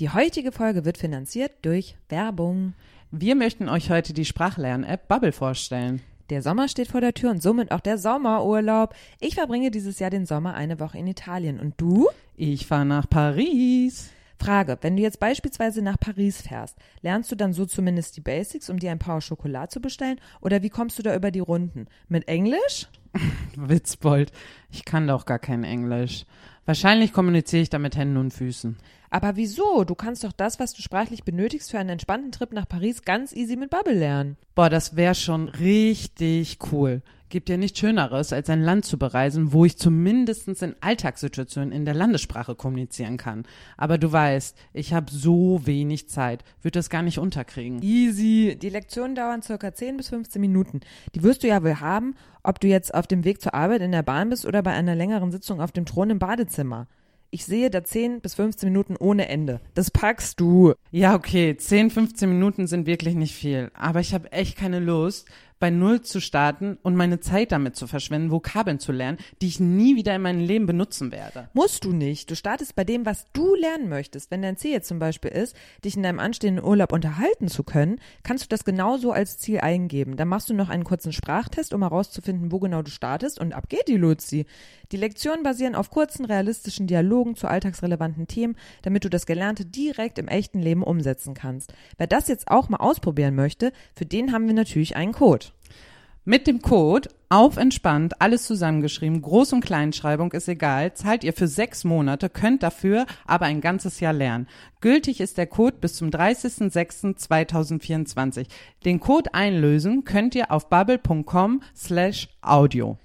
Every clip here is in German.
Die heutige Folge wird finanziert durch Werbung. Wir möchten euch heute die Sprachlern-App Bubble vorstellen. Der Sommer steht vor der Tür und somit auch der Sommerurlaub. Ich verbringe dieses Jahr den Sommer eine Woche in Italien. Und du? Ich fahre nach Paris. Frage, wenn du jetzt beispielsweise nach Paris fährst, lernst du dann so zumindest die Basics, um dir ein paar Schokolade zu bestellen? Oder wie kommst du da über die Runden? Mit Englisch? Witzbold, ich kann doch gar kein Englisch. Wahrscheinlich kommuniziere ich da mit Händen und Füßen. Aber wieso? Du kannst doch das, was du sprachlich benötigst für einen entspannten Trip nach Paris, ganz easy mit Bubble lernen. Boah, das wäre schon richtig cool. Gibt ja nichts Schöneres, als ein Land zu bereisen, wo ich zumindest in Alltagssituationen in der Landessprache kommunizieren kann. Aber du weißt, ich habe so wenig Zeit, würde das gar nicht unterkriegen. Easy. Die Lektionen dauern circa 10 bis 15 Minuten. Die wirst du ja wohl haben, ob du jetzt auf dem Weg zur Arbeit in der Bahn bist oder bei einer längeren Sitzung auf dem Thron im Badezimmer. Ich sehe da 10 bis 15 Minuten ohne Ende. Das packst du. Ja, okay, 10, 15 Minuten sind wirklich nicht viel. Aber ich habe echt keine Lust, bei Null zu starten und meine Zeit damit zu verschwenden, Vokabeln zu lernen, die ich nie wieder in meinem Leben benutzen werde. Musst du nicht. Du startest bei dem, was du lernen möchtest. Wenn dein Ziel jetzt zum Beispiel ist, dich in deinem anstehenden Urlaub unterhalten zu können, kannst du das genauso als Ziel eingeben. Dann machst du noch einen kurzen Sprachtest, um herauszufinden, wo genau du startest und ab geht die Luzi. Die Lektionen basieren auf kurzen, realistischen Dialogen zu alltagsrelevanten Themen, damit du das Gelernte direkt im echten Leben umsetzen kannst. Wer das jetzt auch mal ausprobieren möchte, für den haben wir natürlich einen Code. Mit dem Code auf entspannt, alles zusammengeschrieben, Groß- und Kleinschreibung ist egal, zahlt ihr für sechs Monate, könnt dafür aber ein ganzes Jahr lernen. Gültig ist der Code bis zum 30.06.2024. Den Code einlösen könnt ihr auf bubble.com slash audio.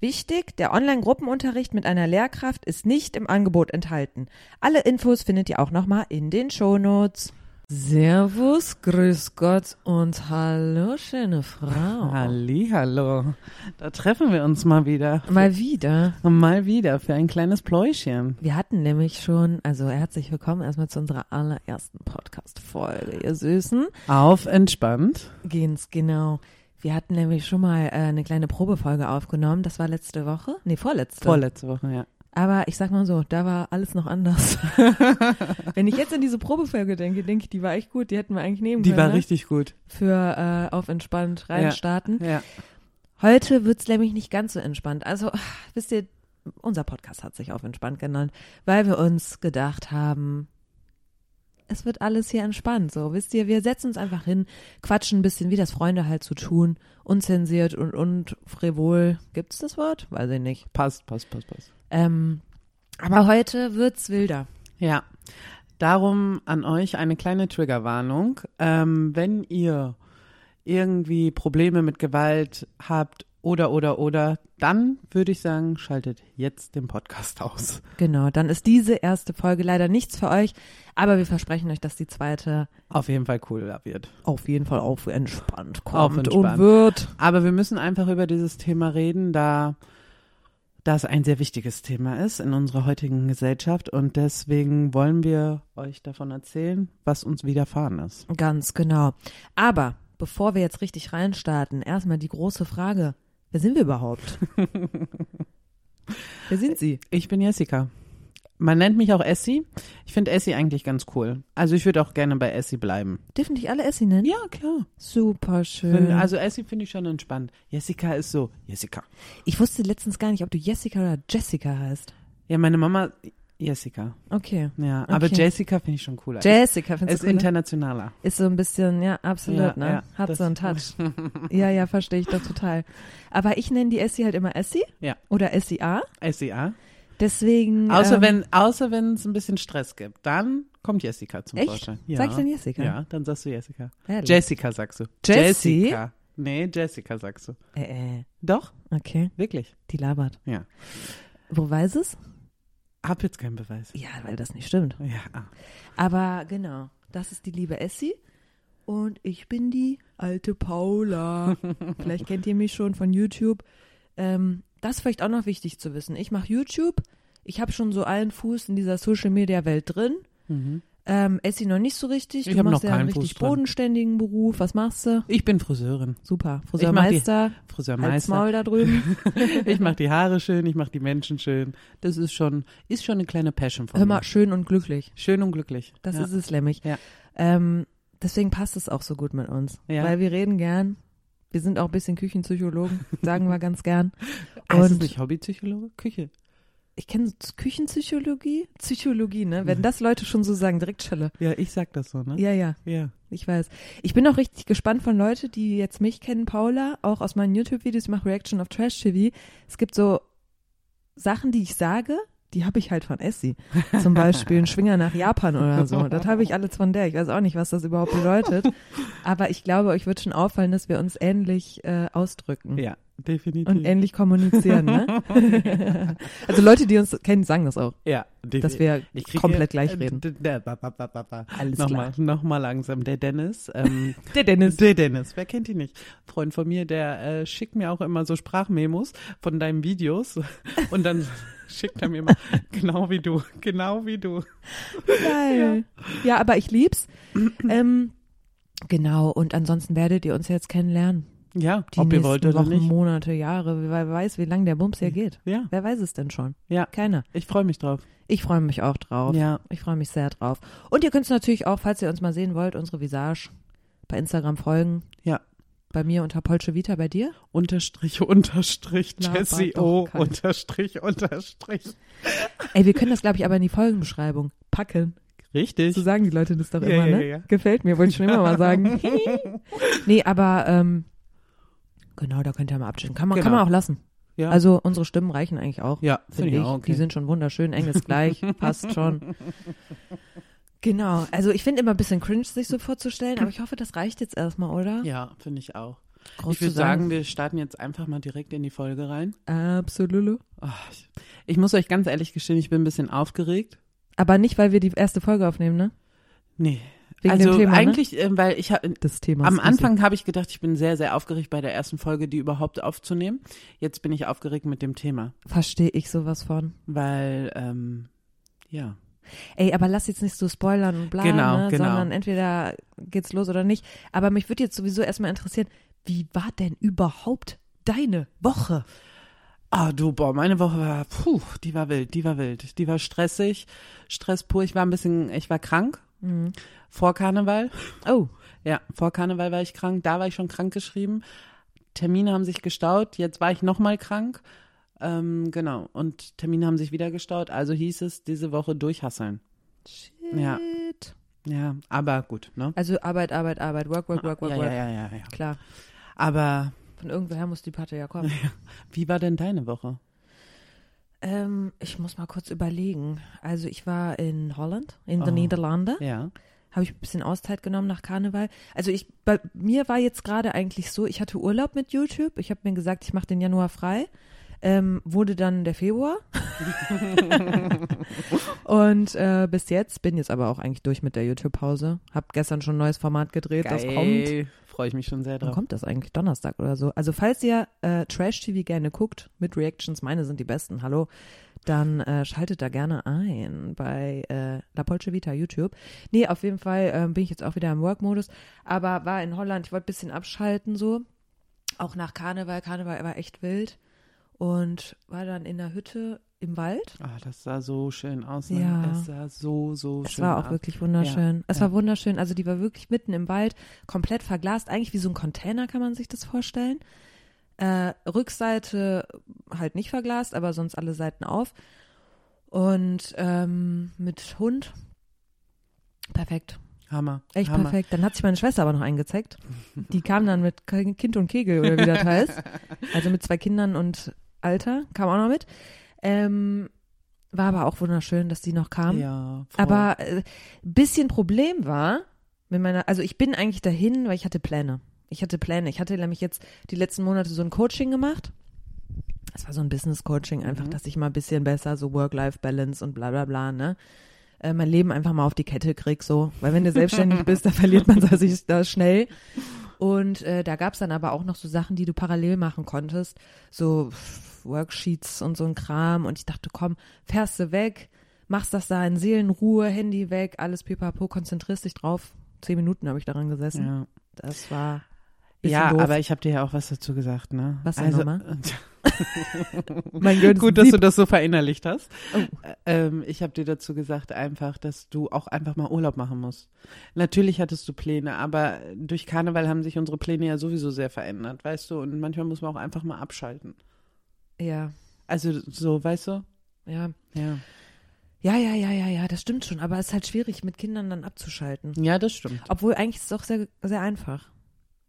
Wichtig, der Online-Gruppenunterricht mit einer Lehrkraft ist nicht im Angebot enthalten. Alle Infos findet ihr auch nochmal in den Shownotes. Servus, grüß Gott und hallo, schöne Frau. Hallihallo, da treffen wir uns mal wieder. Mal wieder. Mal wieder für ein kleines Pläuschchen. Wir hatten nämlich schon, also herzlich willkommen erstmal zu unserer allerersten Podcast-Folge, ihr Süßen. Auf entspannt. Ganz genau. Wir hatten nämlich schon mal äh, eine kleine Probefolge aufgenommen. Das war letzte Woche. Nee, vorletzte. Vorletzte Woche, ja. Aber ich sag mal so, da war alles noch anders. Wenn ich jetzt an diese Probefolge denke, denke ich, die war echt gut. Die hätten wir eigentlich nehmen Die können. war ne? richtig gut. Für äh, auf entspannt reinstarten. Ja. Heute wird's nämlich nicht ganz so entspannt. Also, wisst ihr, unser Podcast hat sich auf entspannt genannt, weil wir uns gedacht haben, es wird alles hier entspannt. So, wisst ihr, wir setzen uns einfach hin, quatschen ein bisschen, wie das Freunde halt zu so tun, unzensiert und, und frivol. Gibt's das Wort? Weiß ich nicht. Passt, passt, passt, passt. Ähm, aber heute wird's wilder. Ja. Darum an euch eine kleine Triggerwarnung. Ähm, wenn ihr irgendwie Probleme mit Gewalt habt oder, oder, oder, dann würde ich sagen, schaltet jetzt den Podcast aus. Genau, dann ist diese erste Folge leider nichts für euch, aber wir versprechen euch, dass die zweite Auf jeden Fall cooler wird. auf jeden Fall auf entspannt kommt Auf entspannt. und wird. Aber wir müssen einfach über dieses Thema reden, da das ein sehr wichtiges Thema ist in unserer heutigen Gesellschaft. Und deswegen wollen wir euch davon erzählen, was uns widerfahren ist. Ganz genau. Aber bevor wir jetzt richtig reinstarten, erstmal die große Frage, wer sind wir überhaupt? wer sind Sie? Ich bin Jessica. Man nennt mich auch Essie. Ich finde Essie eigentlich ganz cool. Also ich würde auch gerne bei Essie bleiben. Dürfen dich alle Essi nennen? Ja, klar. Super schön. Also Essie finde ich schon entspannt. Jessica ist so, Jessica. ich wusste letztens gar nicht, ob du Jessica oder Jessica heißt. Ja, meine Mama, Jessica. Okay. Ja, aber Okay. Jessica finde ich schon cooler. Jessica, ist findest du cool, ne? internationaler. Ist so ein bisschen, ja, absolut, Ja, ne? ja, Hat das- so einen Touch. ja, ja, verstehe ich doch total. Aber ich nenne die Essie halt immer Essie Ja, oder Essie A. Essie, ja. Deswegen. Außer ähm, wenn, außer wenn es ein bisschen Stress gibt, dann kommt Jessica zum Echt? Vorschein. Sag ich denn Jessica? Ja, dann sagst du Jessica. Ehrlich? Jessica sagst du. Jessie? Jessica. Nee, Jessica sagst du. Äh, äh, Doch, okay, wirklich. die labert. Ja. Wo weiß es? Hab jetzt keinen Beweis. Ja, weil das nicht stimmt. Ja. ah. Aber genau, das ist die liebe Essi. Und ich bin die alte Paula. vielleicht kennt ihr mich schon von YouTube. Ähm, das ist vielleicht auch noch wichtig zu wissen. Ich mache YouTube. Ich habe schon so einen Fuß in dieser Social-Media-Welt drin. Ähm, Essi noch nicht so richtig. Mhm. Ich du hab machst noch ja einen keinen Fuß richtig drin. bodenständigen Beruf. Was machst du? Ich bin Friseurin. Super. mach die- Friseurmeister. Halt's Friseurmeister. Maul da drüben. ich mache die Haare schön, ich mache die Menschen schön. Das ist schon, ist schon eine kleine Passion von Hör mal, mir. schön und glücklich. Schön und glücklich. Das ja. ist es nämlich. Ja. Ähm, deswegen passt es auch so gut mit uns. Ja. Weil wir reden gern. Wir sind auch ein bisschen Küchenpsychologen, sagen wir ganz gern. Ah, ist das Und- nicht Hobbypsychologe? Küche. Ich kenne so Küchenpsychologie, Psychologie, ne? Wenn das Leute schon so sagen, direkt Schelle. Ja, ich sag das so, ne? Ja, ja, Ja. ich weiß. Ich bin auch richtig gespannt von Leute, die jetzt mich kennen, Paula, auch aus meinen YouTube-Videos, ich mache Reaction of Trash TV. Es gibt so Sachen, die ich sage, die habe ich halt von Essi. Zum Beispiel ein Schwinger nach Japan oder so. Das habe ich alles von der. Ich weiß auch nicht, was das überhaupt bedeutet. Aber ich glaube, euch wird schon auffallen, dass wir uns ähnlich äh, ausdrücken. Ja, definitiv. Und ähnlich kommunizieren, ne? also Leute, die uns kennen, sagen das auch. ja, definitiv. dass wir Ich krieg komplett hier- gleich reden. d- d- ba- ba- ba- ba- ba. Alles nochmal, klar. Nochmal langsam. Der Dennis. Ähm, Der Dennis. Der Dennis. Wer kennt ihn nicht? Freund von mir, der äh, schickt mir auch immer so Sprachmemos von deinen Videos und dann schickt er mir immer, genau wie du, genau wie du. Geil. Ja, aber ich lieb's. ähm, genau, und ansonsten werdet ihr uns jetzt kennenlernen. Ja, Die ob ihr nächsten wollt oder Wochen, nicht. Monate, Jahre. Wer weiß, wie lange der Bums hier geht. Ja, Wer weiß es denn schon? ja. Keiner. Ich freue mich drauf. Ich freue mich auch drauf. Ja. Ich freue mich sehr drauf. Und ihr könnt natürlich auch, falls ihr uns mal sehen wollt, unsere Visage bei Instagram folgen. Ja. Bei mir unter Polsche Vita, bei dir? Unterstrich, Unterstrich, Laber Jessie doch O, keinen. Unterstrich, Unterstrich. Ey, wir können das, glaube ich, aber in die Folgenbeschreibung packen. Richtig. So sagen die Leute das doch Ja, immer, ja, ne? ja, ja. Gefällt mir, wollte ich schon immer mal sagen. nee, aber ähm, genau, da könnt ihr mal abschicken. Kann man, kann Genau. man auch lassen. Ja. Also unsere Stimmen reichen eigentlich auch. Ja, finde finde ich ich. auch, okay. Die sind schon wunderschön, eng ist gleich, passt schon. Genau, also ich finde immer ein bisschen cringe, sich so vorzustellen, aber ich hoffe, das reicht jetzt erstmal, oder? Ja, finde ich auch. Groß ich würde zusammen. sagen, wir starten jetzt einfach mal direkt in die Folge rein. Absolut. Ach, ich- ich muss euch ganz ehrlich gestehen, ich bin ein bisschen aufgeregt. Aber nicht, weil wir die erste Folge aufnehmen, ne? Nee. Wegen also dem Thema, ne? eigentlich, ähm, weil ich habe Das Thema. am Anfang habe ich gedacht, ich bin sehr, sehr aufgeregt bei der ersten Folge, die überhaupt aufzunehmen. Jetzt bin ich aufgeregt mit dem Thema, Verstehe ich sowas von. weil ähm, ja, Ey, aber lass jetzt nicht so spoilern und bla, Genau, ne, genau. sondern entweder geht's los oder nicht. Aber mich würde jetzt sowieso erstmal interessieren, wie war denn überhaupt deine Woche? Ah, du, boah, meine Woche war, puh, die war wild, die war wild. Die war stressig, Stress pur. Ich war ein bisschen, ich war krank. Vor Karneval. Mhm. Oh, Ja, vor Karneval war ich krank. Da war ich schon krank geschrieben. Termine haben sich gestaut. Jetzt war ich nochmal krank. Ähm, genau. Und Termine haben sich wieder gestaut. Also hieß es, diese Woche durchhasseln. shit. Ja. Ja, aber gut, ne? Also Arbeit, Arbeit, Arbeit, Work, Work, Work, Work, Ja, Work. ja, ja, ja, ja. Klar, Aber von irgendwoher muss die Patte ja kommen. wie war denn deine Woche? ähm, ich muss mal kurz überlegen. Also ich war in Holland, in Oh. den Niederlanden. Ja. Habe ich ein bisschen Auszeit genommen nach Karneval. Also ich, bei mir war jetzt gerade eigentlich so, ich hatte Urlaub mit YouTube. Ich habe mir gesagt, ich mache den Januar frei. Ähm, wurde dann der Februar. Und äh, bis jetzt bin jetzt aber auch eigentlich durch mit der YouTube-Pause. Hab gestern schon ein neues Format gedreht, das kommt. Freue ich mich schon sehr Wann drauf. kommt das eigentlich? Donnerstag oder so. Also falls ihr äh, Trash-TV gerne guckt, mit Reactions, meine sind die besten, hallo, dann äh, schaltet da gerne ein bei äh, La Polce Vita YouTube. Nee, auf jeden Fall ähm, bin ich jetzt auch wieder im Work-Modus, aber war in Holland, ich wollte ein bisschen abschalten so, auch nach Karneval. Karneval war echt wild und war dann in der Hütte im Wald. Ah, das sah so schön aus. Ne? Ja. Es sah so, so Es schön war auch aus. wirklich wunderschön. Ja, Es ja. war wunderschön. Also die war wirklich mitten im Wald, komplett verglast, eigentlich wie so ein Container kann man sich das vorstellen. Äh, Rückseite halt nicht verglast, aber sonst alle Seiten auf. Und ähm, mit Hund. Perfekt. Hammer. Echt Hammer. perfekt. Dann hat sich meine Schwester aber noch eingezeigt. Die kam dann mit K- Kind und Kegel oder wie das heißt. Also mit zwei Kindern und Alter kam auch noch mit. Ähm, war aber auch wunderschön, dass die noch kam. Ja, voll. Aber ein äh, bisschen Problem war, mit meiner, also ich bin eigentlich dahin, weil ich hatte Pläne. Ich hatte Pläne. Ich hatte nämlich jetzt die letzten Monate so ein Coaching gemacht Es war so ein Business Coaching, einfach, dass ich mal ein bisschen besser so Work-Life-Balance und bla bla bla, ne? Äh, mein Leben einfach mal auf die Kette krieg, so. Weil wenn du selbstständig bist, da verliert man sich da schnell. Und äh, da gab's dann aber auch noch so Sachen, die du parallel machen konntest. So pff, Worksheets und so ein Kram. Und ich dachte, komm, fährst du weg, machst das da in Seelenruhe, Handy weg, alles pipapo, konzentrierst dich drauf. Zehn Minuten habe ich daran gesessen. Ja, Das war bisschen ja doof. aber ich habe dir ja auch was dazu gesagt, ne? Was denn nochmal? mein Gott, gut, dass du das so verinnerlicht hast. Oh, Ä- Ähm, ich habe dir dazu gesagt einfach, dass du auch einfach mal Urlaub machen musst. Natürlich hattest du Pläne, aber durch Karneval haben sich unsere Pläne ja sowieso sehr verändert, weißt du? Und manchmal muss man auch einfach mal abschalten. ja, Also so, weißt du? ja. Ja. Ja, ja, ja, ja, ja, das stimmt schon. Aber es ist halt schwierig, mit Kindern dann abzuschalten. Ja, das stimmt. Obwohl eigentlich ist es auch sehr, sehr einfach.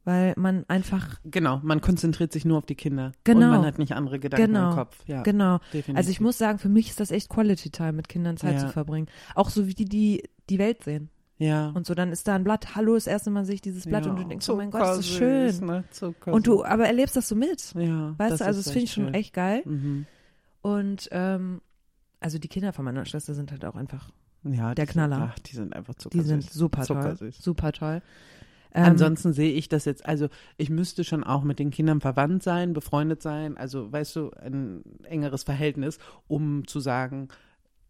Weil man einfach, Genau, man konzentriert sich nur auf die Kinder. Und Genau. man hat nicht andere Gedanken Genau. im Kopf. Ja, genau. definitiv. Also ich muss sagen, für mich ist das echt Quality Time, mit Kindern Zeit Ja. zu verbringen. Auch so wie die, die die Welt sehen. Ja. Und so, dann ist da ein Blatt. Hallo, das erste Mal sehe ich dieses Blatt ja. und du denkst, oh mein Gott, Zucker ist das schön. süß, Ne? Zucker Und du, süß. aber erlebst das so mit. ja, Weißt du, also ist das finde ich schon schön. echt geil. Mhm. Und ähm, also die Kinder von meiner Schwester sind halt auch einfach, Ja, Der die Sind, Knaller. ach, die sind einfach die zuckersüß. sind super toll. zuckersüß. Super toll. Ähm, Ansonsten sehe ich das jetzt, also ich müsste schon auch mit den Kindern verwandt sein, befreundet sein, also weißt du, ein engeres Verhältnis, um zu sagen,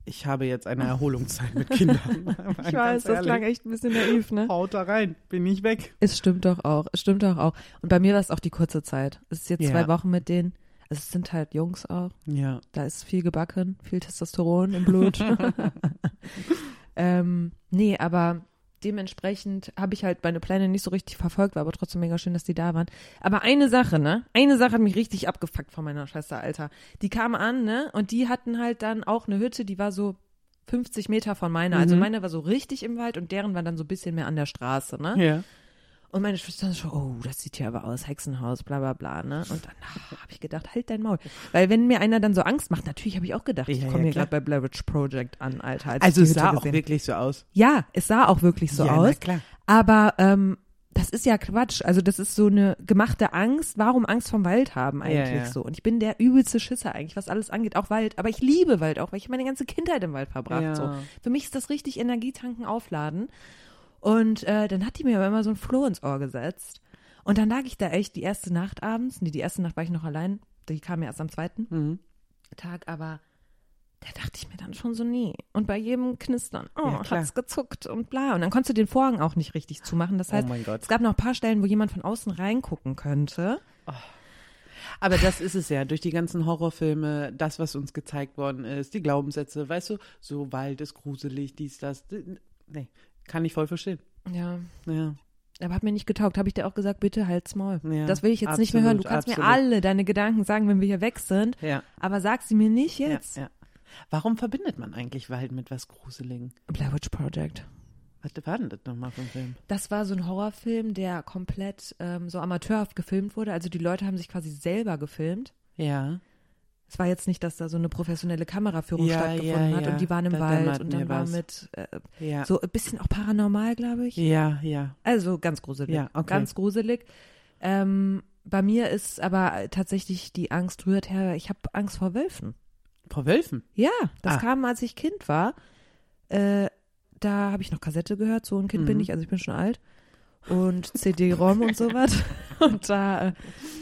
ich habe jetzt eine Erholungszeit mit Kindern. ich weiß, das klang echt ein bisschen naiv, ne? Haut da rein, bin ich weg. Es stimmt doch auch, es stimmt doch auch. Und bei mir war es auch die kurze Zeit. Es ist jetzt Ja. zwei Wochen mit denen. Also es sind halt Jungs auch. Ja, Da ist viel gebacken, viel Testosteron im Blut. ähm, nee, aber dementsprechend habe ich halt meine Pläne nicht so richtig verfolgt, war aber trotzdem mega schön, dass die da waren. Aber eine Sache, ne? Eine Sache hat mich richtig abgefuckt von meiner Schwester, Alter. Die kam an, ne? Und die hatten halt dann auch eine Hütte, die war so 50 Meter von meiner. Also meine war so richtig im Wald und deren war dann so ein bisschen mehr an der Straße, ne? ja. Und meine Schwester ist schon, oh, das sieht hier aber aus, Hexenhaus, bla bla bla, ne? Und dann habe ich gedacht, halt dein Maul. Weil wenn mir einer dann so Angst macht, natürlich habe ich auch gedacht, ich Ja, komme ja, hier klar. gerade bei Blair Witch Project an, Alter. Als Also ich es die Hütte sah auch gesehen. wirklich so aus. Ja, es sah auch wirklich so ja, Na aus. klar. Aber ähm, das ist ja Quatsch. Also das ist so eine gemachte Angst. Warum Angst vom Wald haben eigentlich Ja, ja. so? Und ich bin der übelste Schisser eigentlich, was alles angeht. Auch Wald. Aber ich liebe Wald auch, weil ich meine ganze Kindheit im Wald verbracht. Ja. So. Für mich ist das richtig Energietanken aufladen. Und äh, dann hat die mir aber immer so ein Floh ins Ohr gesetzt. Und dann lag ich da echt die erste Nacht abends. Nee, die erste Nacht war ich noch allein. Die kam ja erst am zweiten Hm. Oh Tag. Aber da dachte ich mir dann schon so, nee. Und bei jedem Knistern, oh, Ja, klar. hat's gezuckt und bla. Und dann konntest du den Vorhang auch nicht richtig zumachen. Das Oh heißt, mein Gott. es gab noch ein paar Stellen, wo jemand von außen reingucken könnte. Aber das ist es ja, durch die ganzen Horrorfilme, das, was uns gezeigt worden ist, die Glaubenssätze, weißt du, so Wald ist gruselig, dies, das. Nee, kann ich voll verstehen. Ja. Ja. Aber hat mir nicht getaugt. Habe ich dir auch gesagt, bitte halt's Maul. Ja, das will ich jetzt nicht mehr hören. absolut, Du kannst mir absolut. alle deine Gedanken sagen, wenn wir hier weg sind. Ja. Aber sag sie mir nicht jetzt. Ja, ja. Warum verbindet man eigentlich Wald mit was Gruseligem? Blair Witch Project. Was war denn das nochmal für ein Film? Das war so ein Horrorfilm, der komplett ähm, so amateurhaft gefilmt wurde. Also die Leute haben sich quasi selber gefilmt. Ja. Es war jetzt nicht, dass da so eine professionelle Kameraführung Ja, stattgefunden ja, hat ja. und die waren im Da- da Wald meinten und wir dann war was. mit äh, Ja. so ein bisschen auch paranormal, glaube ich. Ja, ja. Also ganz gruselig. Ja, okay. Ganz gruselig. Ähm, bei mir ist aber tatsächlich die Angst rührt her, ich habe Angst vor Wölfen. Frau Wölfen. Ja, das Ah. kam, als ich Kind war. Äh, da habe ich noch Kassette gehört, so ein Kind Mhm. bin ich, also ich bin schon alt. Und CD-ROM und sowas. Und da äh,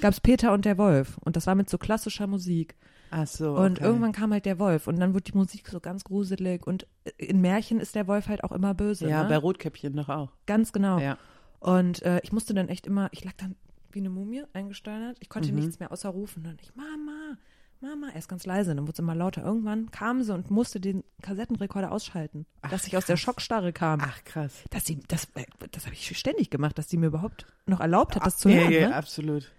gab es Peter und der Wolf. Und das war mit so klassischer Musik. Ach so. Und okay. irgendwann kam halt der Wolf. Und dann wird die Musik so ganz gruselig. Und äh, in Märchen ist der Wolf halt auch immer böse. Ja, bei ne? Rotkäppchen doch auch. ganz genau. Ja. Und äh, ich musste dann echt immer, ich lag dann wie eine Mumie eingesteinert. Ich konnte Mhm. nichts mehr außer rufen. Und ich, Mama, Mama, erst ganz leise, dann wurde es immer lauter. Irgendwann kam sie und musste den Kassettenrekorder ausschalten, dass ich aus der Schockstarre kam. Ach, krass. Dass sie, das, äh, das habe ich ständig gemacht, dass sie mir überhaupt noch erlaubt hat, das zu ja, hören. ja, ne? absolut.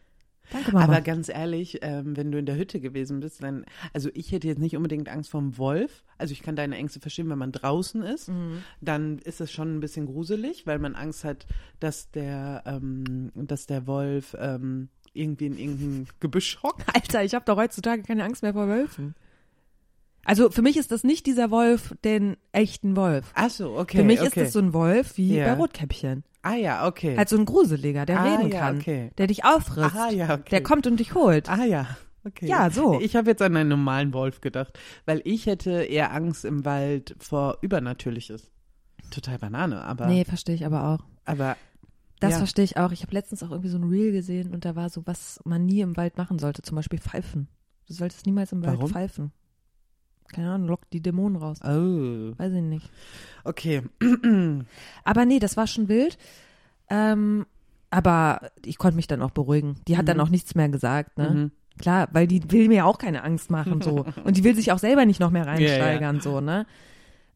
Danke, Mama. Aber ganz ehrlich, ähm, wenn du in der Hütte gewesen bist, dann, also ich hätte jetzt nicht unbedingt Angst vorm Wolf. Also ich kann deine Ängste verstehen, wenn man draußen ist, dann ist es schon ein bisschen gruselig, weil man Angst hat, dass der, ähm, dass der Wolf ähm, irgendwie in irgendein Gebüsch hockt. Alter, ich habe doch heutzutage keine Angst mehr vor Wölfen. Also für mich ist das nicht dieser Wolf, den echten Wolf. Ach so, okay. für mich ist okay. das so ein Wolf wie Ja. bei Rotkäppchen. Ah ja, okay. Halt so ein Gruseliger, der Ah, reden ja, kann, okay. der dich auffrisst, Ah, ja, okay. der kommt und dich holt. ah ja. Okay. Ja, so. Ich habe jetzt an einen normalen Wolf gedacht, weil ich hätte eher Angst im Wald vor Übernatürliches. Total Banane, aber, nee, verstehe ich aber auch. aber Das Ja. verstehe ich auch. Ich habe letztens auch irgendwie so ein Reel gesehen und da war so, was man nie im Wald machen sollte. Zum Beispiel pfeifen. Du solltest niemals im Wald Warum? pfeifen. Keine Ahnung, lockt die Dämonen raus. oh. Weiß ich nicht. Okay. Aber nee, das war schon wild. Ähm, aber ich konnte mich dann auch beruhigen. Die hat dann auch nichts mehr gesagt, ne? Mhm. Klar, weil die will mir auch keine Angst machen, so. Und die will sich auch selber nicht noch mehr reinsteigern, Ja, so, ne?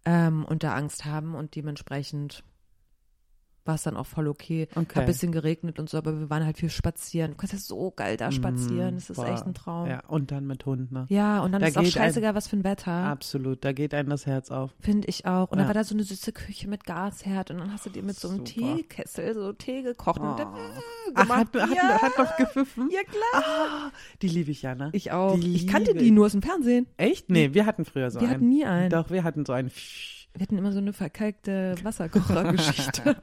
Ähm, und da Angst haben und dementsprechend war es dann auch voll okay. Okay. Hat ein bisschen geregnet und so, aber wir waren halt viel spazieren. Du kannst ja so geil da spazieren. Mm, Das ist boah. echt ein Traum. Ja, Ja, und dann mit Hund, ne? und dann Da ist auch geht Ah, scheißegal, was für ein Wetter. Absolut, da geht einem das Herz auf. Finde ich auch. Und dann Ja. war da so eine süße Küche mit Gasherd und dann hast du dir mit so einem Super. Oh. Teekessel so Tee gekocht und dann äh, Ach, gemacht. hat, hat, hat noch gepfiffen? ja, klar. Ah, die liebe ich ja, ne? Ich auch. Die Ich kannte liebe die nur aus dem Fernsehen. Echt? Nee, wir hatten früher so Wir einen. hatten nie einen. Doch, wir hatten so einen. Wir hatten immer so eine verkalkte Wasserkochergeschichte.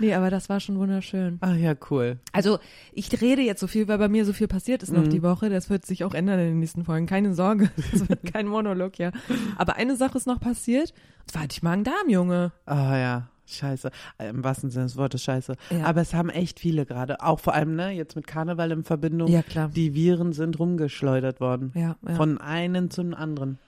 nee, aber das war schon wunderschön. Ah ja, cool. Also, ich rede jetzt so viel, weil bei mir so viel passiert ist noch Mhm. die Woche. Das wird sich auch ändern in den nächsten Folgen. Keine Sorge. Das wird kein Monolog, ja. Aber eine Sache ist noch passiert. Und zwar hatte ich Magen-Darm, Junge. Ah ja, scheiße. Im wahrsten Sinne des Wortes scheiße. Ja. Aber es haben echt viele gerade, auch vor allem, ne, jetzt mit Karneval in Verbindung, Ja, klar. die Viren sind rumgeschleudert worden. Ja, ja. Von einen zum anderen.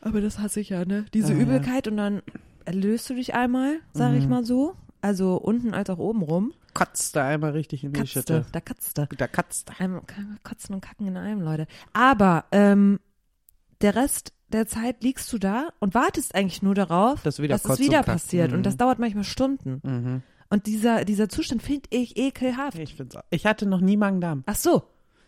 Aber das hasse ich ja, ne? Diese Ah, ja. Mhm. Übelkeit und dann löst du dich einmal, sag ich mal so. Also unten als auch oben rum. Kotzt da einmal richtig in die Katzte, Schütte. da katzte. Da kotzt er. Einmal k- kotzen und kacken in einem, Leute. Aber ähm, der Rest der Zeit liegst du da und wartest eigentlich nur darauf, Dass wieder dass es Kotzen und wieder Kacken. passiert. Und Mhm. das dauert manchmal Stunden. Und dieser, dieser Zustand finde ich ekelhaft. Ich find's auch. Ich hatte noch nie Magen-Darm. Ach so.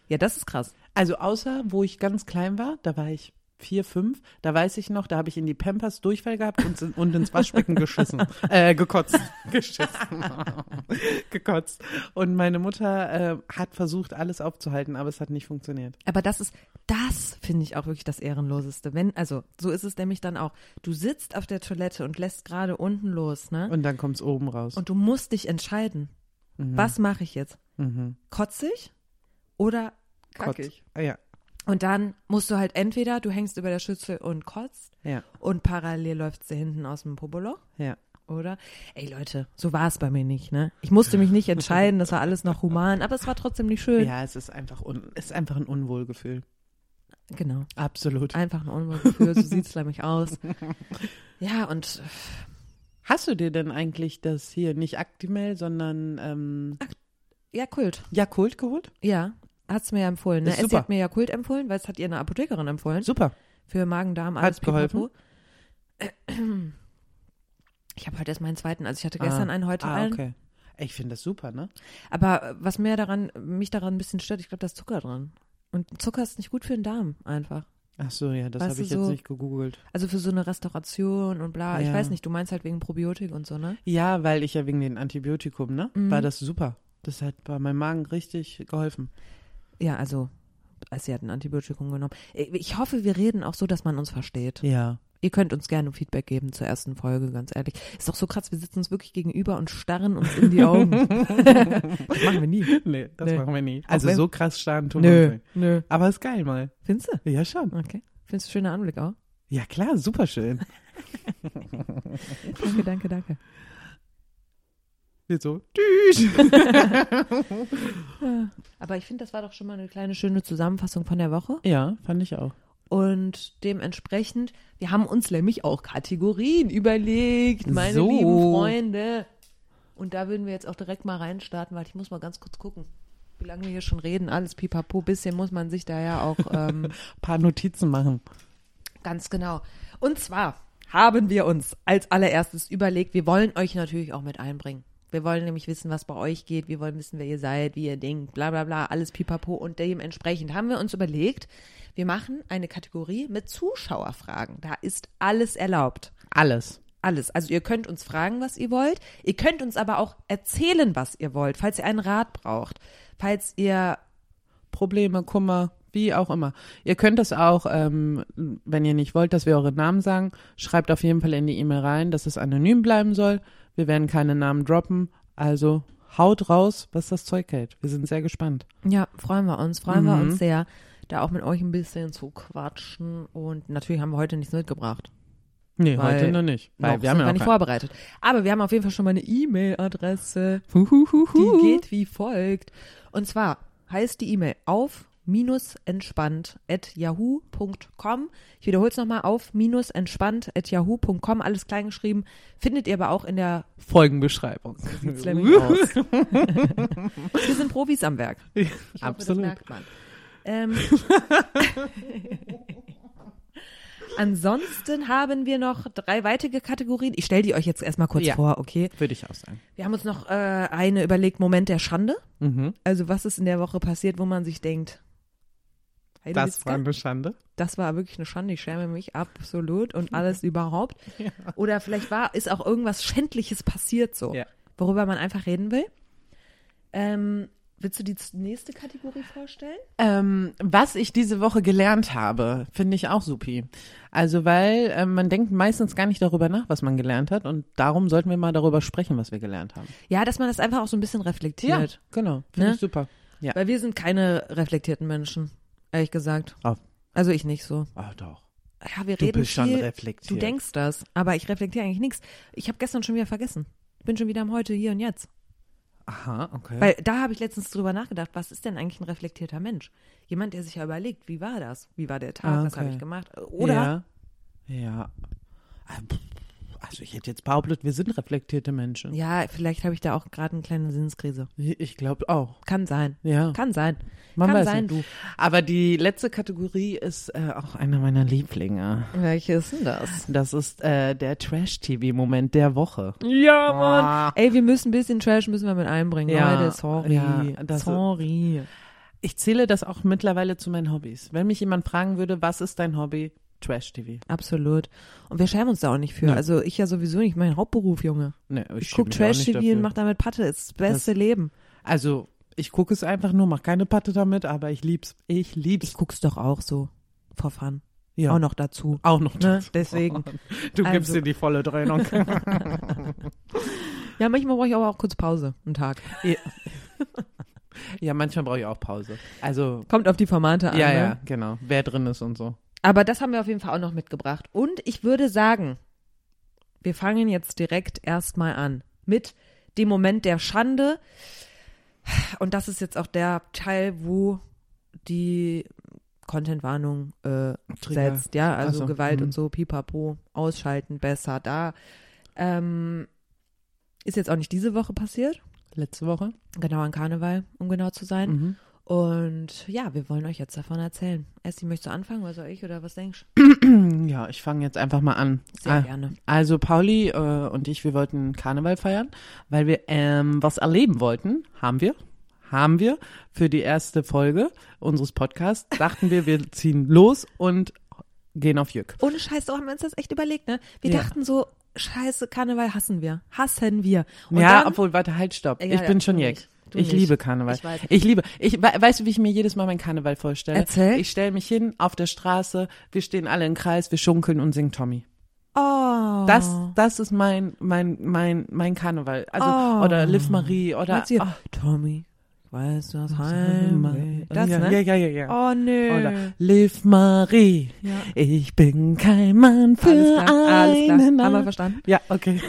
Ja, das ist krass. Also außer, wo ich ganz klein war, da war ich vier, fünf, da weiß ich noch, da habe ich in die Pampers Durchfall gehabt und, und ins Waschbecken geschissen. Äh, gekotzt. Geschissen. gekotzt. Und meine Mutter äh, hat versucht, alles aufzuhalten, aber es hat nicht funktioniert. Aber das ist, das finde ich auch wirklich das Ehrenloseste. Wenn, also, so ist es nämlich dann auch. Du sitzt auf der Toilette und lässt gerade unten los, ne? Und dann kommt's oben raus. Und du musst dich entscheiden. Mhm. Was mache ich jetzt? Kotze ich oder kacke Kotz. ich? Ah, Ja, Und dann musst du halt entweder, du hängst über der Schüssel und kotzt ja, und parallel läuft dir hinten aus dem Popoloch. ja. Oder? Ey Leute, so war es bei mir nicht, ne? Ich musste mich nicht entscheiden, das war alles noch human, aber es war trotzdem nicht schön. Ja, es ist einfach, un es ist einfach ein Unwohlgefühl. Genau. Absolut. Einfach ein Unwohlgefühl, so sieht's nämlich aus. Ja, und Hast du dir denn eigentlich das hier nicht Actimel, sondern ähm, ja, Kult. Jakult geholt? Ja, hat's mir ja empfohlen. Ne? Ist Essi super. hat mir ja Kult empfohlen, weil es hat ihr eine Apothekerin empfohlen. Super. Für Magen, Darm, alles Hat's geholfen? pipapo. Ich habe heute erst meinen zweiten, also ich hatte gestern Ah. einen, heute ah, einen. okay. Ey, Ich finde das super, ne? Aber äh, was mir daran, mich daran ein bisschen stört, ich glaube, da ist Zucker dran. Und Zucker ist nicht gut für den Darm einfach. Ach so, ja, das Weißt habe du, ich jetzt so- nicht gegoogelt. Also für so eine Restauration und bla. Ich Ja. weiß nicht, du meinst halt wegen Probiotik und so, ne? Ja, weil ich ja wegen den Antibiotikum, ne? War das super. Das hat bei meinem Magen richtig geholfen. Ja, also, also sie hat ein Antibiotikum genommen. Ich- Ich hoffe, wir reden auch so, dass man uns versteht. Ja. Ihr könnt uns gerne Feedback geben zur ersten Folge, ganz ehrlich. Ist doch so krass, wir sitzen uns wirklich gegenüber und starren uns in die Augen. das machen wir nie. Nee, das Nee. machen wir nie. Also wenn- so krass starren tun wir uns Nö, nicht. nö. Aber ist geil mal. Findest du? Ja, schon. Okay. Findest du schöner Anblick auch? Ja, klar, super schön. Danke, danke, danke. Wird so. Aber ich finde, das war doch schon mal eine kleine schöne Zusammenfassung von der Woche. Ja, fand ich auch. Und dementsprechend, wir haben uns nämlich auch Kategorien überlegt, meine So. lieben Freunde. Und da würden wir jetzt auch direkt mal reinstarten, weil ich muss mal ganz kurz gucken, wie lange wir hier schon reden. Alles pipapo, bisschen muss man sich da ja auch ähm, Paar Notizen machen. Ganz genau. Und zwar haben wir uns als allererstes überlegt, wir wollen euch natürlich auch mit einbringen. Wir wollen nämlich wissen, was bei euch geht. Wir wollen wissen, wer ihr seid, wie ihr denkt, bla bla bla, alles pipapo. Und dementsprechend haben wir uns überlegt, wir machen eine Kategorie mit Zuschauerfragen. Da ist alles erlaubt. Alles. Alles. Also ihr könnt uns fragen, was ihr wollt. Ihr könnt uns aber auch erzählen, was ihr wollt, falls ihr einen Rat braucht. Falls ihr Probleme, Kummer, wie auch immer. Ihr könnt das auch, ähm, wenn ihr nicht wollt, dass wir eure Namen sagen, schreibt auf jeden Fall in die E-Mail rein, dass es anonym bleiben soll. Wir werden keine Namen droppen. Also haut raus, was das Zeug hält. Wir sind sehr gespannt. Ja, freuen wir uns, freuen wir Mhm. uns sehr, da auch mit euch ein bisschen zu quatschen. Und natürlich haben wir heute nichts mitgebracht. Nee, Weil- heute noch nicht. Weil noch wir haben sind ja wir noch nicht keinen. vorbereitet. Aber wir haben auf jeden Fall schon mal eine E-Mail-Adresse. Die Huhuhuhu. geht wie folgt. Und zwar heißt die E-Mail auf minus entspannt at yahoo.com. Ich wiederhole es nochmal auf minus entspannt at yahoo.com. Alles klein geschrieben. Findet ihr aber auch in der Folgenbeschreibung. sieht's nämlich aus. Wir sind Profis am Werk. Ich Absolut. Hoffe, das merkt man. Ähm, ansonsten haben wir noch drei weitere Kategorien. Ich stelle die euch jetzt erstmal kurz Ja. vor, okay? Würde ich auch sagen. Wir haben uns noch äh, eine überlegt, Moment der Schande. Mhm. Also was ist in der Woche passiert, wo man sich denkt, Das Heidewitzka, war eine Schande. das war wirklich eine Schande, ich schäme mich absolut und alles überhaupt. Oder vielleicht war, ist auch irgendwas Schändliches passiert so, Ja. worüber man einfach reden will. Ähm, willst du die z- nächste Kategorie vorstellen? Ähm, was ich diese Woche gelernt habe, finde ich auch supi. Also, weil ähm, man denkt meistens gar nicht darüber nach, was man gelernt hat. Und darum sollten wir mal darüber sprechen, was wir gelernt haben. Ja, dass man das einfach auch so ein bisschen reflektiert. genau. Finde Ne? ich super. Ja. Weil wir sind keine reflektierten Menschen, ehrlich gesagt. Ah, Also ich nicht so. ah, doch. Ja, wir Du reden bist viel. schon reflektiert. Du denkst das, aber ich reflektiere eigentlich nichts. Ich habe gestern schon wieder vergessen. Ich bin schon wieder am Heute, hier und jetzt. Aha, okay. Weil da habe ich letztens drüber nachgedacht, was ist denn eigentlich ein reflektierter Mensch? Jemand, der sich ja überlegt, wie war das? Wie war der Tag? Ah, Was habe okay. ich gemacht? Oder Ja. ja. Ah, pff, Also, ich hätte jetzt behauptet, wir sind reflektierte Menschen. ja, vielleicht habe ich da auch gerade eine kleine Sinnskrise. Ich glaube auch. Kann sein. Ja. Kann sein. Man Kann weiß sein, nicht. Aber die letzte Kategorie ist äh, auch einer meiner Lieblinge. du. Welche ist denn das? Das ist äh, der Trash-TV-Moment der Woche. Ja, Mann. Ey, wir müssen ein bisschen Trash müssen wir mit einbringen. Ah. Ja, Leute, sorry. ja, das- sorry. Ich zähle das auch mittlerweile zu meinen Hobbys. Wenn mich jemand fragen würde, was ist dein Hobby? Trash-TV. Absolut. Und wir schämen uns da auch nicht für. Also ich ja sowieso nicht. Mein Hauptberuf, Junge. Nee, Ich, schäme guck mich auch nicht Trash-TV dafür. und mach damit Patte. Ist das beste Leben. Also, ich gucke es einfach nur, mach keine Patte damit, aber ich lieb's. Ich lieb's. Ich guck's doch auch so. For fun. Ja. Auch noch dazu. Auch noch. Ne? Deswegen. Du Also- gibst dir die volle Dröhnung. Ja, manchmal brauche ich aber auch kurz Pause. Einen Tag. ja, manchmal brauche ich auch Pause. Also, Kommt auf die Formate an. ja, ne? ja, genau. Wer drin ist und so. Aber das haben wir auf jeden Fall auch noch mitgebracht. Und ich würde sagen, wir fangen jetzt direkt erstmal an mit dem Moment der Schande. Und das ist jetzt auch der Teil, wo die Content-Warnung äh, Trigger. setzt. Ja, also Ach so, Gewalt mhm. und so, pipapo, ausschalten, besser da. Ähm, ist jetzt auch nicht diese Woche passiert, Letzte Woche? genau an Karneval, um genau zu sein. Mhm. Und ja, wir wollen euch jetzt davon erzählen. Essi, möchtest du anfangen oder soll ich oder was denkst du? Ja, ich fange jetzt einfach mal an. Sehr gerne. Also Pauli äh, und ich, wir wollten Karneval feiern, weil wir ähm, was erleben wollten. Haben wir. Haben wir für die erste Folge unseres Podcasts. Dachten wir, wir ziehen los und gehen auf Jück. Ohne Scheiß, oh, haben wir uns das echt überlegt, ne? Wir Ja. dachten so, Scheiße, Karneval hassen wir. Hassen wir. Und ja, dann, obwohl, warte, halt, stopp. Ja, ich ja, bin schon du Jack. nicht. Du Ich nicht. liebe Karneval. Ich Ich, weiß. liebe, ich we- weißt du, wie ich mir jedes Mal meinen Karneval vorstelle? Erzähl. Ich stelle mich hin auf der Straße, wir stehen alle im Kreis, wir schunkeln und singen Tommy. oh, Das, das ist mein, mein, mein, mein Karneval. Also, Oh. oder Liv Marie, oder. Meinst du, ach, Tommy, weißt du, das Heimweh. Heimweh. oh. Das, ja, ne? ja, ja, ja, ja. Oh, nö. Oder Liv Marie, Ja. ich bin kein Mann für Alles klar, alles klar. einen Haben wir Mann. verstanden. Ja, okay.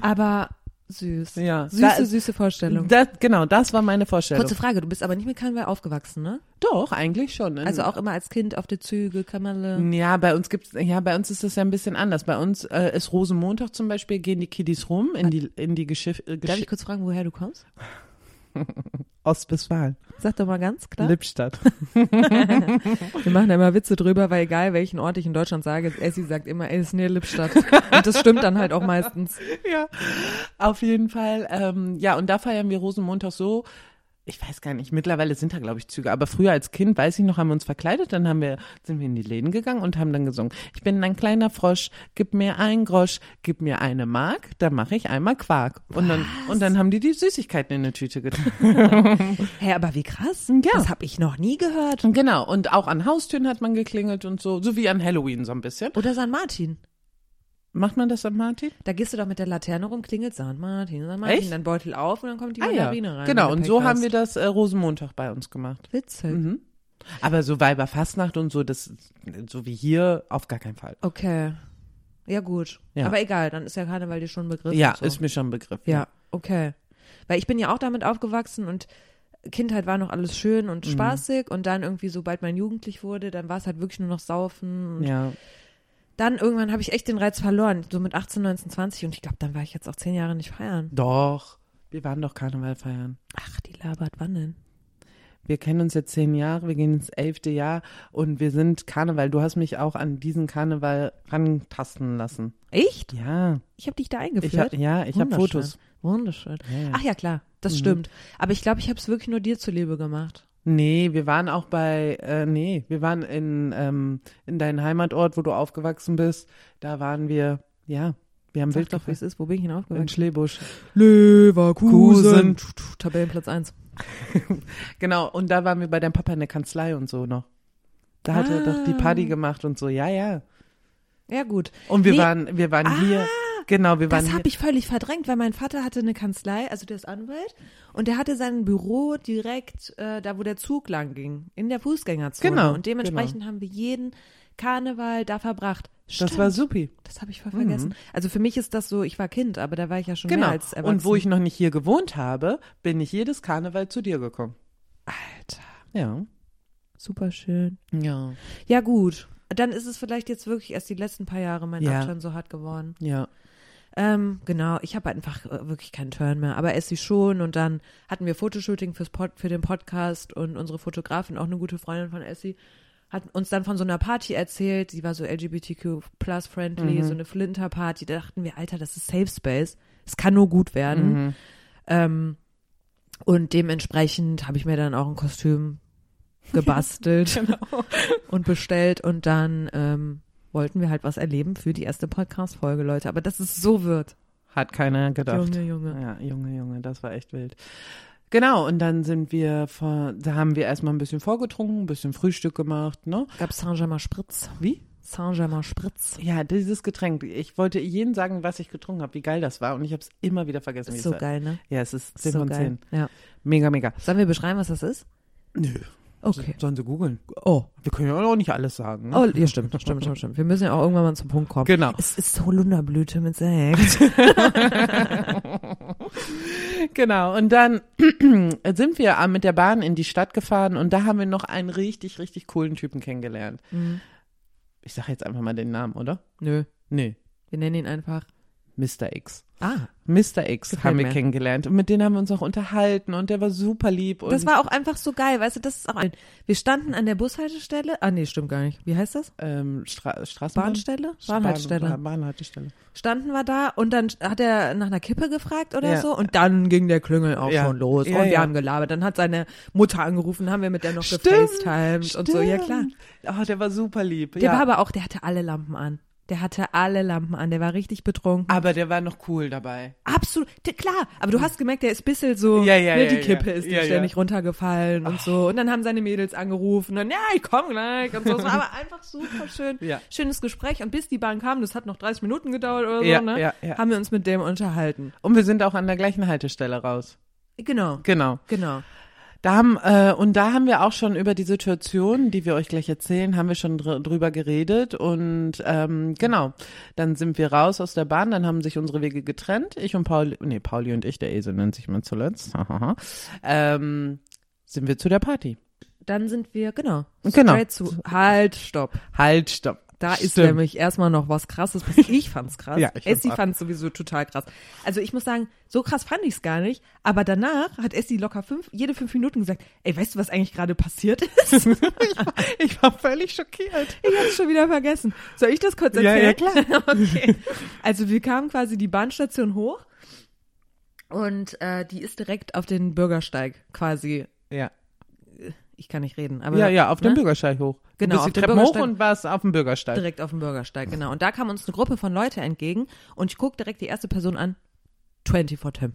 Aber süß. Ja. Süße, Da- süße Vorstellung. Das, genau, das war meine Vorstellung. Kurze Frage, du bist aber nicht mit Karneval aufgewachsen, ne? Doch, eigentlich schon. In- Also auch immer als Kind auf der Züge, Kammerle. Ja, bei uns gibt's, ja, bei uns ist das ja ein bisschen anders. Bei uns äh, ist Rosenmontag zum Beispiel, gehen die Kiddies rum in die, in die Geschiff, Darf äh, ich Geschiff kurz fragen, woher du kommst? Ostwestfalen, Sag doch mal ganz klar. Lippstadt. Wir machen da immer Witze drüber, weil egal welchen Ort ich in Deutschland sage, Essi sagt immer, ey, ist näher Lippstadt. Und das stimmt dann halt auch meistens. ja, auf jeden Fall. Ähm, ja, und da feiern wir Rosenmontag so. Ich weiß gar nicht, mittlerweile sind da, glaube ich, Züge. Aber früher als Kind, weiß ich noch, haben wir uns verkleidet. Dann haben wir, sind wir in die Läden gegangen und haben dann gesungen. Ich bin ein kleiner Frosch, gib mir einen Grosch, gib mir eine Mark, dann mache ich einmal Quark. Und dann, und dann haben die die Süßigkeiten in eine Tüte getan. Hä, aber wie krass. Ja. Das habe ich noch nie gehört. genau. Und auch an Haustüren hat man geklingelt und so. So wie an Halloween so ein bisschen. Oder San Martin. Macht man das am Martin? Da gehst du doch mit der Laterne rum, klingelt San Martin, San Martin, Echt? dann Beutel auf und dann kommt die Ah, ja. Margarine rein. Genau, wenn und du so Pech haben hast. wir das äh, Rosenmontag bei uns gemacht. Witzig. Aber so Weiberfastnacht und so, das, so wie hier, auf gar keinen Fall. Okay. Ja, gut. Ja. Aber egal, dann ist ja Karneval dir schon ein Begriff. Ja, und so. ist mir schon ein Begriff. Ja, okay. Weil ich bin ja auch damit aufgewachsen und Kindheit war noch alles schön und spaßig und dann irgendwie, sobald man jugendlich wurde, dann war es halt wirklich nur noch Saufen. Und Ja. Dann irgendwann habe ich echt den Reiz verloren, so mit 18, 19, 20 und ich glaube, dann war ich jetzt auch zehn Jahre nicht feiern. Doch. Wir waren doch Karneval feiern. Ach, die labert, wann denn? Wir kennen uns jetzt zehn Jahre, wir gehen ins elfte Jahr und wir sind Karneval. Du hast mich auch an diesen Karneval rantasten lassen. Echt? Ja. Ich habe dich da Ich hab, eingeführt. ja, ich habe Wunderschön. Fotos. Wunderschön. ja. Mhm. Ach ja, klar, das stimmt. Aber ich glaube, ich habe es wirklich nur dir zuliebe gemacht. Nee, wir waren auch bei, äh, nee, wir waren in, ähm, in deinem Heimatort, wo du aufgewachsen bist. Da waren wir, ja, wir haben Sag wild doch, wie es ist. Wo bin ich denn in aufgewachsen? Schlebusch. Leverkusen. Tabellenplatz 1. Genau, und da waren wir bei deinem Papa in der Kanzlei und so noch. Da hat er Ah. doch die Party gemacht und so, ja, ja. Ja, gut. Und wir Nee, Ah, waren, wir waren hier. Genau, wir waren Das hier. habe ich völlig verdrängt, weil mein Vater hatte eine Kanzlei, also der ist Anwalt, und der hatte sein Büro direkt äh, da, wo der Zug lang ging, in der Fußgängerzone. Genau, Und dementsprechend haben wir jeden Karneval da verbracht. das war supi. Das habe ich voll vergessen. Also für mich ist das so, ich war Kind, aber da war ich ja schon mehr Genau. als erwachsen. Und wo ich noch nicht hier gewohnt habe, bin ich jedes Karneval zu dir gekommen. Alter, Ja. super schön. Ja. Ja gut, dann ist es vielleicht jetzt wirklich erst die letzten paar Jahre mein Ja. Abstand so hart geworden. Ja. Ähm, genau, ich habe einfach äh, wirklich keinen Turn mehr, aber Essie schon und dann hatten wir Fotoshooting fürs Pod, für den Podcast und unsere Fotografin, auch eine gute Freundin von Essie, hat uns dann von so einer Party erzählt, die war so LGBTQ plus friendly, so eine Flinter-Party, da dachten wir, Alter, das ist Safe Space, es kann nur gut werden. Ähm, und dementsprechend habe ich mir dann auch ein Kostüm gebastelt und bestellt und dann ähm, wollten wir halt was erleben für die erste Podcast-Folge, Leute. Aber dass es so wird. Hat keiner gedacht. Junge, Junge. Ja, Junge, Junge, das war echt wild. Genau, und dann sind wir, vor, da haben wir erstmal ein bisschen vorgetrunken, ein bisschen Frühstück gemacht, ne? Gab Saint-Germain Spritz. Wie? Saint-Germain Spritz. Ja, dieses Getränk. Ich wollte jedem sagen, was ich getrunken habe, wie geil das war. Und ich habe es immer wieder vergessen. wie Ist es so war. geil, ne? Ja, es ist 10 Ist so von geil. 10. Ja. Mega, mega. Sollen wir beschreiben, was das ist? Nö. Okay. Sollen sie googeln? Oh. Wir können ja auch nicht alles sagen. Ne? Oh, ja, stimmt, stimmt, stimmt, stimmt. Wir müssen ja auch irgendwann mal zum Punkt kommen. Genau. Es ist Holunderblüte mit Sekt. Genau. Und dann sind wir äh, mit der Bahn in die Stadt gefahren und da haben wir noch einen richtig, richtig coolen Typen kennengelernt. Mhm. Ich sage jetzt einfach mal den Namen, oder? Nö, Nee, wir nennen ihn einfach. Mr. X. Ah, Mr. X Gefällt haben wir mir. kennengelernt und mit denen haben wir uns auch unterhalten und der war super lieb. Und, das war auch einfach so geil, weißt du, das ist auch ein. Wir standen an der Bushaltestelle. Ah, nee, stimmt gar nicht. Wie heißt das? ähm, Stra Straßenbahn? Bahnstelle? Bahn- Bahnhaltestelle. Bahn- Bahnhaltestelle. standen wir da und dann hat er nach einer Kippe gefragt oder Ja. so und dann ging der Klüngel auch Ja. schon los Ja, und wir ja. haben gelabert. Dann hat seine Mutter angerufen, haben wir mit der noch Stimmt, gefacetimed und so, ja Stimmt. klar. Oh, der war super lieb. Der ja. war aber auch, der hatte alle Lampen an. Der hatte alle Lampen an, der war richtig betrunken. aber der war noch cool dabei. Absolut, der- klar, aber du hast gemerkt, der ist ein bisschen so, Ja, ja, ne, ja, die ja. Kippe ist Ja, ja, ja. ständig runtergefallen und so. Und dann haben seine Mädels angerufen und ja, ich komm gleich und so. Es war aber einfach super schön, Ja. schönes Gespräch. Und bis die Bahn kam, das hat noch 30 Minuten gedauert oder so, Ja, ne, ja, ja. haben wir uns mit dem unterhalten. Und wir sind auch an der gleichen Haltestelle raus. Genau. Genau. Genau. Da haben, äh, und da haben wir auch schon über die Situation, die wir euch gleich erzählen, haben wir schon dr drüber geredet. Und ähm, genau, dann sind wir raus aus der Bahn, dann haben sich unsere Wege getrennt. Ich und Pauli, nee, Pauli und ich, der Esel nennt sich man zuletzt. Hahaha. ähm, sind wir zu der Party. Dann sind wir, genau. Genau. Straight zu. Halt, stopp. Halt, stopp. Da ist Stimmt. nämlich erstmal noch was krasses. passiert. Ich fand's krass. Ja, ich fand's Essi auch. fand's sowieso total krass. Also ich muss sagen, so krass fand ich's gar nicht. Aber danach hat Essi locker fünf, jede fünf Minuten gesagt, ey, weißt du, was eigentlich gerade passiert ist? ich, war, ich war völlig schockiert. Ich hab's schon wieder vergessen. Soll ich das kurz Ja, erzählen? ja, klar. okay. Also wir kamen quasi die Bahnstation hoch und äh, die ist direkt auf den Bürgersteig quasi. Ja. Ich kann nicht reden, aber Ja, ja, auf dem ne? Bürgersteig hoch. Du Genau, bist auf die dem Treppen hoch Bürgersteig. und warst auf dem Bürgersteig. Direkt auf dem Bürgersteig, genau. Und da kam uns eine Gruppe von Leute entgegen und ich guck direkt die erste Person an. 24 Tim.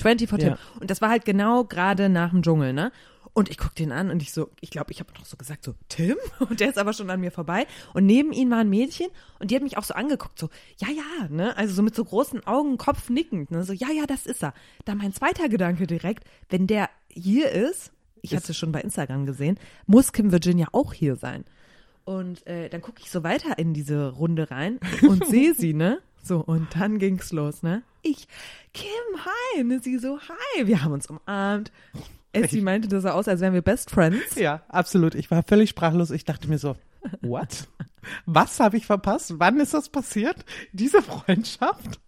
24 Tim. Ja. Und das war halt genau gerade nach dem Dschungel, ne? Und ich guck den an und ich so, ich glaube, ich habe noch so gesagt, so, Tim? Und der ist aber schon an mir vorbei. Und neben ihm war ein Mädchen und die hat mich auch so angeguckt, so, ja, ja, ne? Also so mit so großen Augen, Kopf nickend, ne? So, ja, ja, das ist er. Dann mein zweiter Gedanke direkt, wenn der hier ist, ich hatte schon bei Instagram gesehen, muss Kim Virginia auch hier sein. Und äh, dann gucke ich so weiter in diese Runde rein und sehe sie, ne? So, und dann ging's los, ne? Ich, Kim, hi, ne? Sie so, hi, wir haben uns umarmt. Essie meinte das sah aus, als wären wir Best Friends. Ja, absolut. Ich war völlig sprachlos. Ich dachte mir so, what? Was habe ich verpasst? Wann ist das passiert? Diese Freundschaft?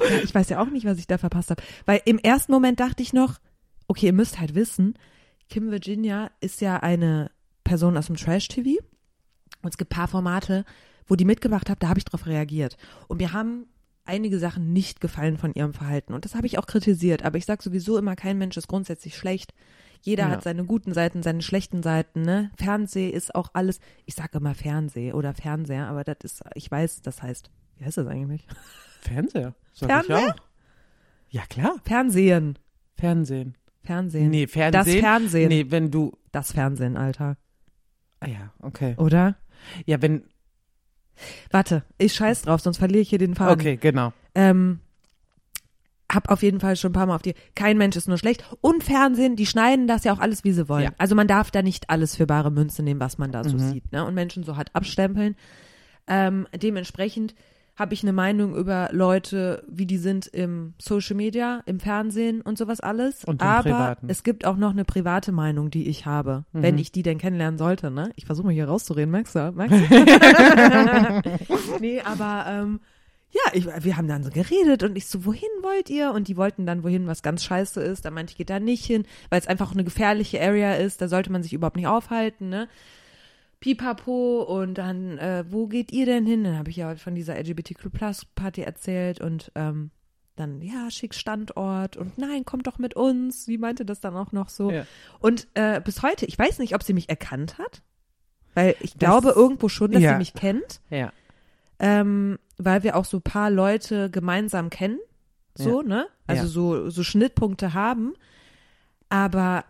Ja, ich weiß ja auch nicht, was ich da verpasst habe. Weil im ersten Moment dachte ich noch, okay, ihr müsst halt wissen, Kim Virginia ist ja eine Person aus dem Trash-TV. Und es gibt paar Formate, wo die mitgemacht hat, da habe ich drauf reagiert. Und mir haben einige Sachen nicht gefallen von ihrem Verhalten. Und das habe ich auch kritisiert. Aber ich sage sowieso immer, kein Mensch ist grundsätzlich schlecht. Jeder hat seine guten Seiten, seine schlechten Seiten. Ne? Fernseh ist auch alles. Ich sage immer Fernseh oder Fernseher, aber das ist, ich weiß, das heißt, wie heißt das eigentlich? Fernseher. Sag Fernseher? Ich auch. Ja, klar. Fernsehen. Fernsehen. Fernsehen. Nee, Fernsehen. Das Fernsehen. Nee, wenn du. Das Fernsehen, Alter. Ah ja, okay. Oder? Ja, wenn. Warte, ich scheiß drauf, sonst verliere ich hier den Faden. Okay, genau. Ähm, hab auf jeden Fall schon ein paar Mal auf die. Kein Mensch ist nur schlecht. Und Fernsehen, die schneiden das ja auch alles, wie sie wollen. Ja. Mhm. Also man darf da nicht alles für bare Münze nehmen, was man da so sieht. Ne? Und Menschen so hart abstempeln. Ähm, dementsprechend habe ich eine Meinung über Leute, wie die sind im Social Media, im Fernsehen und sowas alles. Und im Aber Privaten. Mhm. es gibt auch noch eine private Meinung, die ich habe, wenn ich die denn kennenlernen sollte. Ne? Ich versuche mal hier rauszureden, merkst du? Merkst du? nee, aber ähm, ja, ich, wir haben dann so geredet und ich so, wohin wollt ihr? Und die wollten dann wohin, was ganz scheiße ist. Da meinte ich, geht da nicht hin, weil es einfach eine gefährliche Area ist. Da sollte man sich überhaupt nicht aufhalten, ne? Pipapo und dann, äh, wo geht ihr denn hin? Dann habe ich ja von dieser LGBTQ-Plus-Party erzählt und ähm, dann, ja, schick Standort und nein, kommt doch mit uns. Sie meinte das dann auch noch so. Ja. Und äh, bis heute, ich weiß nicht, ob sie mich erkannt hat, weil ich glaube irgendwo schon, dass ja. sie mich kennt Ja. ähm, weil wir auch so ein paar Leute gemeinsam kennen, so, ne? Also Ja. so, so Schnittpunkte haben. Aber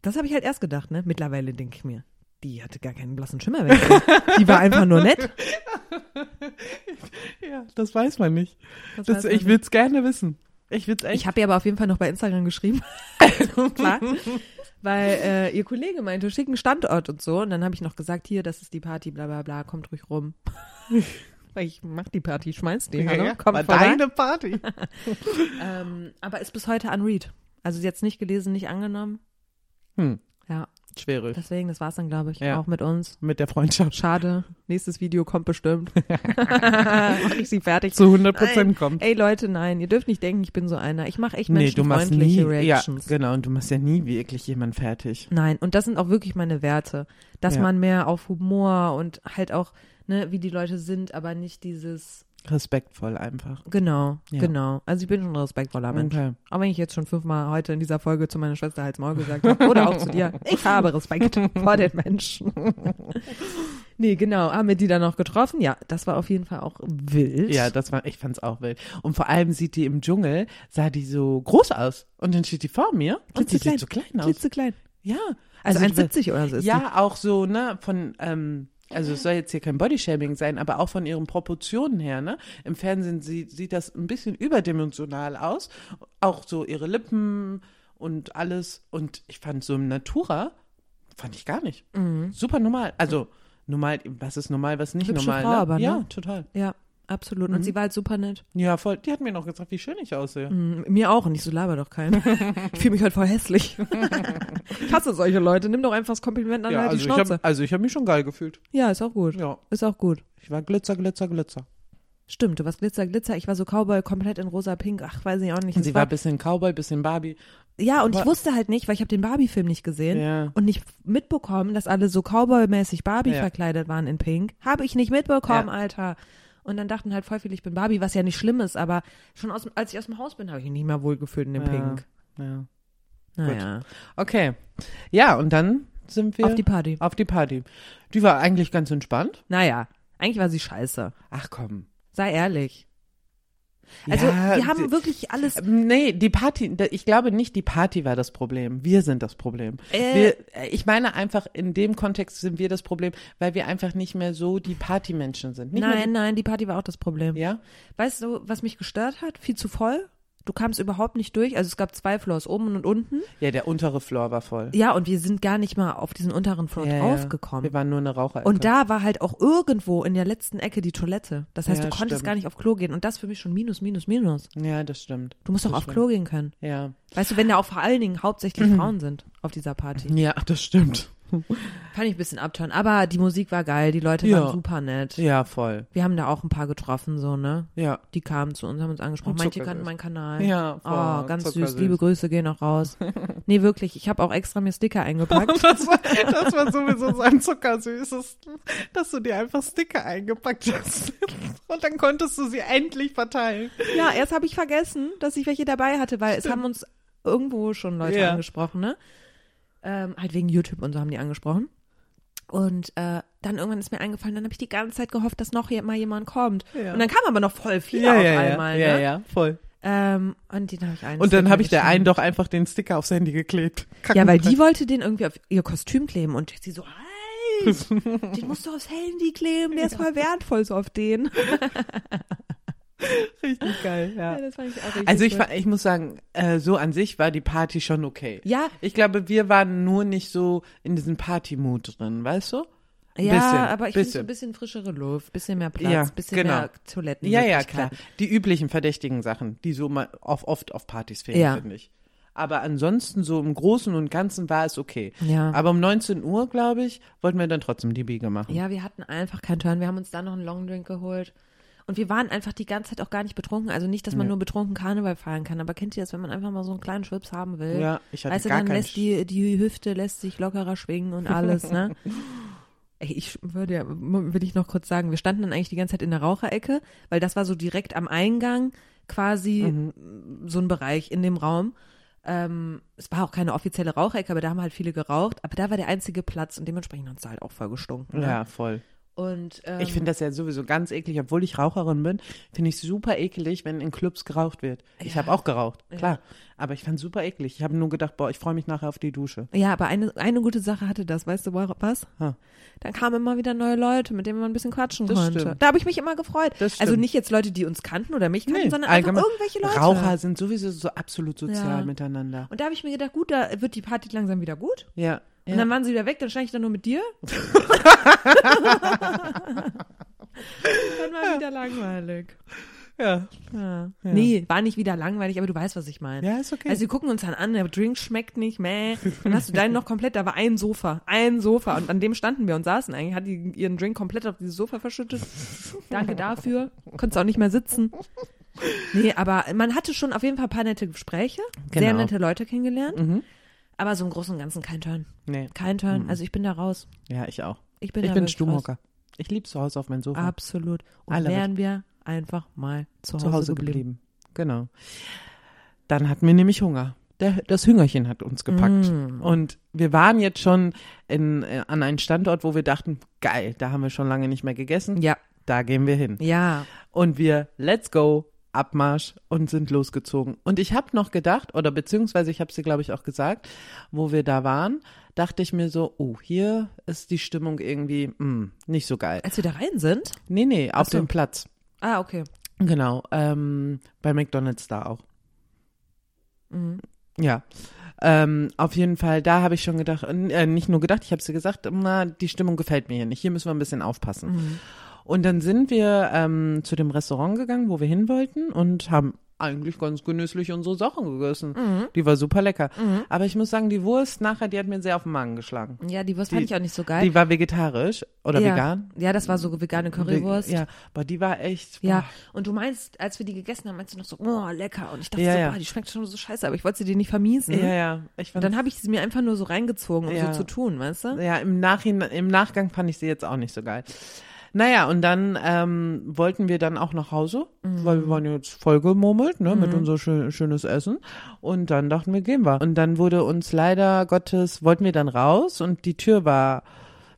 das habe ich halt erst gedacht, ne? Mittlerweile denke ich mir, die hatte gar keinen blassen Schimmer. wer ich bin. die war einfach nur nett. Ja, das weiß man nicht. Das Das, weiß man ich will's gerne wissen. Ich will's Ich echt. habe ihr aber auf jeden Fall noch bei Instagram geschrieben. Also Klar. Weil äh, ihr Kollege meinte, schicken Standort und so. Und dann habe ich noch gesagt, hier, das ist die Party, bla bla bla, kommt ruhig rum. Weil ich mach die Party, schmeiß die, hallo, kommt war vorbei. deine Party. Ähm, aber ist bis heute unread. Also sie jetzt nicht gelesen, nicht angenommen. Hm. Ja, Schwierig. deswegen, das war's dann, glaube ich, Ja. auch mit uns. Mit der Freundschaft. Schade. Nächstes Video kommt bestimmt. Mach ich sie fertig. Zu 100% Nein. kommt. Ey Leute, nein, ihr dürft nicht denken, ich bin so einer. Ich mache echt nee, du machst nie. menschenfreundliche Ja, Reactions. genau. Und du machst ja nie wirklich jemanden fertig. Nein, und das sind auch wirklich meine Werte, dass Ja. man mehr auf Humor und halt auch, ne, wie die Leute sind, aber nicht dieses Respektvoll einfach. Genau, Ja. genau. Also ich bin schon ein respektvoller Mensch. Okay. Auch wenn ich jetzt schon fünfmal heute in dieser Folge zu meiner Schwester Hals Maul gesagt habe. Oder auch zu dir. Ich habe Respekt vor den Menschen. nee, genau. Haben wir die dann noch getroffen? Ja, das war auf jeden Fall auch wild. Ja, das war, ich fand's auch wild. Und vor allem sieht die im Dschungel, sah die so groß aus. Und dann steht die vor mir und sie sieht so klein aus. Klitzeklein. Ja. Also, die- 1,70 oder so ist Ja, auch so, ne, von, ähm, also es soll jetzt hier kein Bodyshaming sein, aber auch von ihren Proportionen her, ne? Im Fernsehen sie, sieht das ein bisschen überdimensional aus. Auch so ihre Lippen und alles. Und ich fand so im Natura, fand ich gar nicht. Super normal. Also normal, was ist normal, was nicht Mhm. Hübsche normal. Frau ne? aber, ne? Ja, total. die. Ja, absolut. Mhm. Und sie war halt super nett. Ja, voll. Die hat mir noch gesagt, wie schön ich aussehe. M- Mir auch. Und ich so, laber doch keinen. ich fühle mich heute voll hässlich. ich hasse solche Leute. Nimm doch einfach das Kompliment an, Ja, halt also die ich, Schnauze. hab, also ich habe mich schon geil gefühlt. Ja, ist auch gut. Ja, Ist auch gut. ich war Glitzer, Glitzer, Glitzer. Stimmt, du warst Glitzer, Glitzer. Ich war so Cowboy, komplett in rosa Pink. Ach, weiß ich auch nicht. Und Es sie war bisschen Cowboy, bisschen Barbie. ja, und ich aber- wusste halt nicht, weil ich habe den Barbie-Film nicht gesehen Ja. und nicht mitbekommen, dass alle so Cowboy-mäßig Barbie Ja. verkleidet waren in Pink. Habe ich nicht mitbekommen, Ja. Alter. Und dann dachten halt voll viele, ich bin Barbie, was ja nicht schlimm ist, aber schon aus, als ich aus dem Haus bin, habe ich mich nicht mehr wohlgefühlt in dem Ja. Pink. Ja. Naja, Okay. Ja, und dann sind wir auf die Party. auf die Party. Die war eigentlich ganz entspannt. Naja, eigentlich war sie scheiße. Ach komm. Sei ehrlich. Also Ja, wir haben die- wirklich alles. Nee, die Party, da- ich glaube nicht, die Party war das Problem. Wir sind das Problem. Äh. wir, ich meine einfach, in dem Kontext sind wir das Problem, weil wir einfach nicht mehr so die Partymenschen sind. Nicht Mehr Nein, nein, die Party war auch das Problem. die, ja? Weißt du, was mich gestört hat? Viel zu voll. Du kamst überhaupt nicht durch. Also es gab zwei Floors, oben und unten. Ja, der untere Floor war voll. Ja, und wir sind gar nicht mal auf diesen unteren Floor ja, draufgekommen. Wir waren nur eine Raucher. Und da war halt auch irgendwo in der letzten Ecke die Toilette. Das heißt, Ja, du konntest stimmt. gar nicht auf Klo gehen. Und das für mich schon minus, minus, minus. Ja, das stimmt. Du musst doch Das auf stimmt. Klo gehen können. Ja. Weißt du, wenn da auch vor allen Dingen hauptsächlich Mhm. Frauen sind auf dieser Party. Ja, das stimmt. Fand ich ein bisschen abtönen. Aber die Musik war geil, die Leute Ja. waren super nett. Ja, voll. Wir haben da auch ein paar getroffen, so, ne? Ja. Die kamen zu uns, haben uns angesprochen. Und Manche zuckersüß. kannten meinen Kanal. Ja, Oh, voll, ganz süß. zuckersüß. Liebe Grüße gehen auch raus. nee, wirklich. Ich habe auch extra mir Sticker eingepackt. Das war, das war sowieso sein Zuckersüßesten, dass du dir einfach Sticker eingepackt hast. Und dann konntest du sie endlich verteilen. ja, erst habe ich vergessen, dass ich welche dabei hatte, weil es haben uns irgendwo schon Leute Ja. angesprochen, ne? Ähm, halt wegen YouTube und so haben die angesprochen. Und äh, dann irgendwann ist mir eingefallen, dann habe ich die ganze Zeit gehofft, dass noch je- mal jemand kommt. Ja. Und dann kam aber noch voll viele auf einmal. ja, ne? ja, voll. Ähm, und den habe ich einen. Und dann Sticker habe ich der geschenkt. einen doch einfach den Sticker aufs Handy geklebt. Ja, weil die wollte den irgendwie auf ihr Kostüm kleben und sie so, halt, den musst du aufs Handy kleben, der ist voll wertvoll so auf den. richtig geil, ja. das fand ich auch richtig Also ich, cool. fa- ich muss sagen, äh, so an sich war die Party schon okay. Ja. Ich glaube, wir waren nur nicht so in diesem Party-Mut drin, weißt du? Ein ja, bisschen, aber ich finde so bisschen. ein bisschen frischere Luft, bisschen mehr Platz, Ja, bisschen genau. mehr Toiletten. Ja, ja, klar. Die üblichen verdächtigen Sachen, die so mal auf, oft auf Partys fehlen, Ja. finde ich. Aber ansonsten, so im Großen und Ganzen war es okay. Ja. Aber um 19 Uhr, glaube ich, wollten wir dann trotzdem die Biege machen. Ja, wir hatten einfach keinen Turn. Wir haben uns dann noch einen Longdrink geholt. Und wir waren einfach die ganze Zeit auch gar nicht betrunken. Also nicht, dass man nur betrunken Karneval fahren kann, aber kennt ihr das, wenn man einfach mal so einen kleinen Schwips haben will? Ja, ich hatte weißt du, gar dann keinen lässt die, die Hüfte lässt sich lockerer schwingen und alles, ne? Ey, ich würde ja, würde ich noch kurz sagen, wir standen dann eigentlich die ganze Zeit in der Raucherecke, weil das war so direkt am Eingang quasi Mhm. so ein Bereich in dem Raum. Ähm, es war auch keine offizielle Raucherecke, aber da haben halt viele geraucht. Aber da war der einzige Platz und dementsprechend hat es halt auch voll gestunken. ne? Ja, voll. Und ähm, Ich finde das ja sowieso ganz eklig, obwohl ich Raucherin bin, finde ich super eklig, wenn in Clubs geraucht wird. Ich habe auch geraucht, klar. Aber ich fand super eklig. Ich habe nur gedacht, boah, ich freue mich nachher auf die Dusche. ähm, ja, aber eine, eine gute Sache hatte das, weißt du wa- was? Ha. Dann kamen immer wieder neue Leute, mit denen man ein bisschen quatschen Das konnte. stimmt. Da habe ich mich immer gefreut. Das also stimmt. nicht jetzt Leute, die uns kannten oder mich kannten, Nee, sondern allgemein. einfach irgendwelche Leute. Raucher sind sowieso so absolut sozial Ja. miteinander. Und da habe ich mir gedacht, gut, da wird die Party langsam wieder gut. Ja. Und dann waren sie wieder weg, dann stand ich dann nur mit dir. dann war wieder langweilig. ja. Ja. Nee, war nicht wieder langweilig, aber du weißt, was ich meine. Ja, ist okay. Also wir gucken uns dann an, der Drink schmeckt nicht, meh. Dann hast du deinen noch komplett, da war ein Sofa, ein Sofa. Und an dem standen wir und saßen eigentlich, hat die ihren Drink komplett auf dieses Sofa verschüttet. Danke dafür. Konntest auch nicht mehr sitzen. Nee, aber man hatte schon auf jeden Fall ein paar nette Gespräche, sehr Genau. Mhm. nette Leute kennengelernt. Aber so im Großen und Ganzen kein Turn. Nee. Kein Turn. Also ich bin da raus. Ja, ich auch. Ich bin, ich da bin wirklich Stummhocker. Ich liebe zu Hause auf meinem raus. Sofa. Absolut. Und Alle wären wir einfach mal zu Hause, zu Hause geblieben. geblieben. Genau. Dann hatten wir nämlich Hunger. Der, das Hüngerchen hat uns gepackt. Mm. Und wir waren jetzt schon in, äh, an einem Standort, wo wir dachten, geil, da haben wir schon lange nicht mehr gegessen. Ja, Da gehen wir hin. ja. Und wir, let's go, Abmarsch und sind losgezogen. Und ich habe noch gedacht, oder beziehungsweise ich habe es dir, glaube ich, auch gesagt, wo wir da waren, dachte ich mir so, oh, hier ist die Stimmung irgendwie mm, nicht so geil. Als wir da rein sind. Nee, nee, auf so. dem Platz. Ah, okay. Genau, ähm, bei McDonalds da auch. Mhm. Ja. Ähm, auf jeden Fall, da habe ich schon gedacht, äh, nicht nur gedacht, ich habe es dir gesagt, na, die Stimmung gefällt mir hier nicht. Hier müssen wir ein bisschen aufpassen. Mhm. Und dann sind wir ähm, zu dem Restaurant gegangen, wo wir hin wollten und haben eigentlich ganz genüsslich unsere Sachen gegessen. Mhm. Die war super lecker. Aber ich muss sagen, die Wurst nachher, die hat mir sehr auf den Magen geschlagen. Ja, die Wurst fand ich auch nicht so geil. Die war vegetarisch oder ja. vegan. Ja, das war so vegane Currywurst. Ja, aber die war echt. Ja, boah. und du meinst, als wir die gegessen haben, meinst du noch so, oh, lecker. Und ich dachte Ja, so, ja. boah, die schmeckt schon so scheiße, aber ich wollte sie dir nicht vermiesen. Ja, ja. Ich Und fand dann habe ich sie mir einfach nur so reingezogen, um Ja. so zu tun, weißt du? Ja, im, Nachhinein, im Nachgang fand ich sie jetzt auch nicht so geil. Naja, und dann ähm, wollten wir dann auch nach Hause, weil wir waren jetzt vollgemurmelt, ne, mit unser schö schönes Essen. Und dann dachten wir, gehen wir. Und dann wurde uns leider Gottes, wollten wir dann raus und die Tür war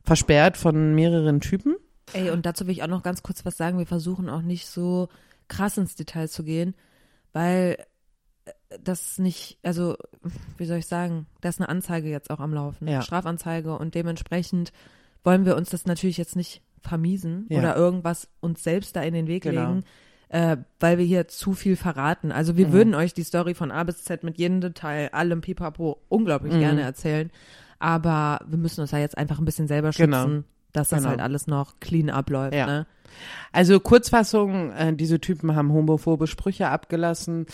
versperrt von mehreren Typen. Ey, und dazu will ich auch noch ganz kurz was sagen. Wir versuchen auch nicht so krass ins Detail zu gehen, weil äh, das nicht, also wie soll ich sagen, da ist eine Anzeige jetzt auch am Laufen, Ja. Strafanzeige und dementsprechend wollen wir uns das natürlich jetzt nicht vermiesen Ja. oder irgendwas uns selbst da in den Weg Genau. legen, äh, weil wir hier zu viel verraten. Also Mhm. wir würden euch die Story von A bis Z mit jedem Detail, allem Pipapo unglaublich Mhm. gerne erzählen, aber wir müssen uns da jetzt einfach ein bisschen selber schützen, Genau. dass das Genau. halt alles noch clean abläuft. Ja. Ne? Also Kurzfassung, äh, diese Typen haben homophobe Sprüche abgelassen.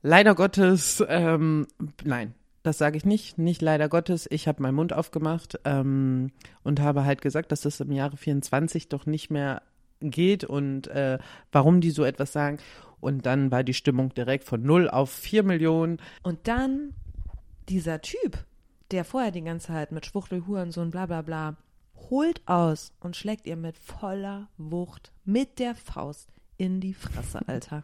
Leider Gottes, ähm, nein, das sage ich nicht, nicht leider Gottes. Ich habe meinen Mund aufgemacht ähm, und habe halt gesagt, dass das im Jahre 24 doch nicht mehr geht und äh, warum die so etwas sagen. Und dann war die Stimmung direkt von 0 auf 4 Millionen. Und dann dieser Typ, der vorher die ganze Zeit mit Schwuchtel, Hurensohn, bla bla bla, holt aus und schlägt ihr mit voller Wucht mit der Faust in die Fresse, Alter.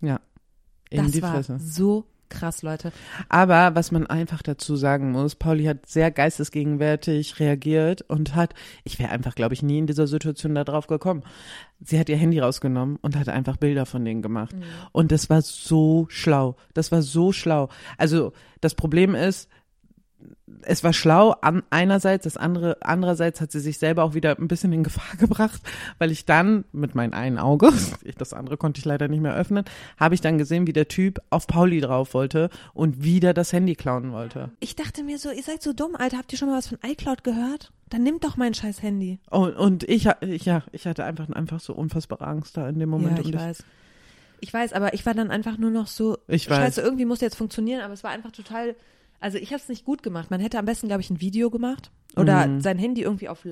Ja, in das die war Fresse. so krass, Leute. Aber was man einfach dazu sagen muss, Pauli hat sehr geistesgegenwärtig reagiert und hat, ich wäre einfach, glaube ich, nie in dieser Situation da drauf gekommen. Sie hat ihr Handy rausgenommen und hat einfach Bilder von denen gemacht. Und das war so schlau. Das war so schlau. Also das Problem ist, es war schlau an einerseits, das andere andererseits hat sie sich selber auch wieder ein bisschen in Gefahr gebracht, weil ich dann mit meinem einen Auge, ich- das andere konnte ich leider nicht mehr öffnen, habe ich dann gesehen, wie der Typ auf Pauli drauf wollte und wieder das Handy klauen wollte. Ich dachte mir so, ihr seid so dumm, Alter. Habt ihr schon mal was von iCloud gehört? Dann nimmt doch mein scheiß Handy. Und, und ich, ha- ich, ja, ich hatte einfach einfach so unfassbare Angst da in dem Moment. ja, ich und weiß. Ich weiß, aber ich war dann einfach nur noch so, Ich scheiße, irgendwie muss jetzt funktionieren, aber es war einfach total, also ich habe es nicht gut gemacht. Man hätte am besten, glaube ich, ein Video gemacht oder Mhm. sein Handy irgendwie auf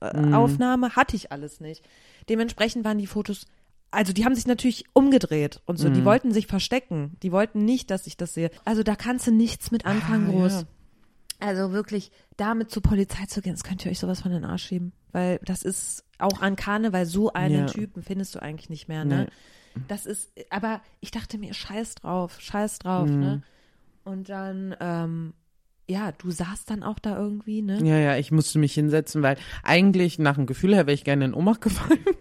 Live-Aufnahme, hatte ich alles nicht. Dementsprechend waren die Fotos, also die haben sich natürlich umgedreht und Mhm. so, die wollten sich verstecken, die wollten nicht, dass ich das sehe. Also da kannst du nichts mit anfangen, Ah, groß. ja. Also wirklich, damit zur Polizei zu gehen, das könnt ihr euch sowas von den Arsch schieben. Weil das ist auch an Karneval, so einen Ja. Typen findest du eigentlich nicht mehr, ne? Das ist, aber ich dachte mir, scheiß drauf, scheiß drauf, ne? Mhm. Und dann, ähm, ja, du saßt dann auch da irgendwie, ne? Ja, ja, ich musste mich hinsetzen, weil eigentlich nach dem Gefühl her wäre ich gerne in Ohnmacht gefallen.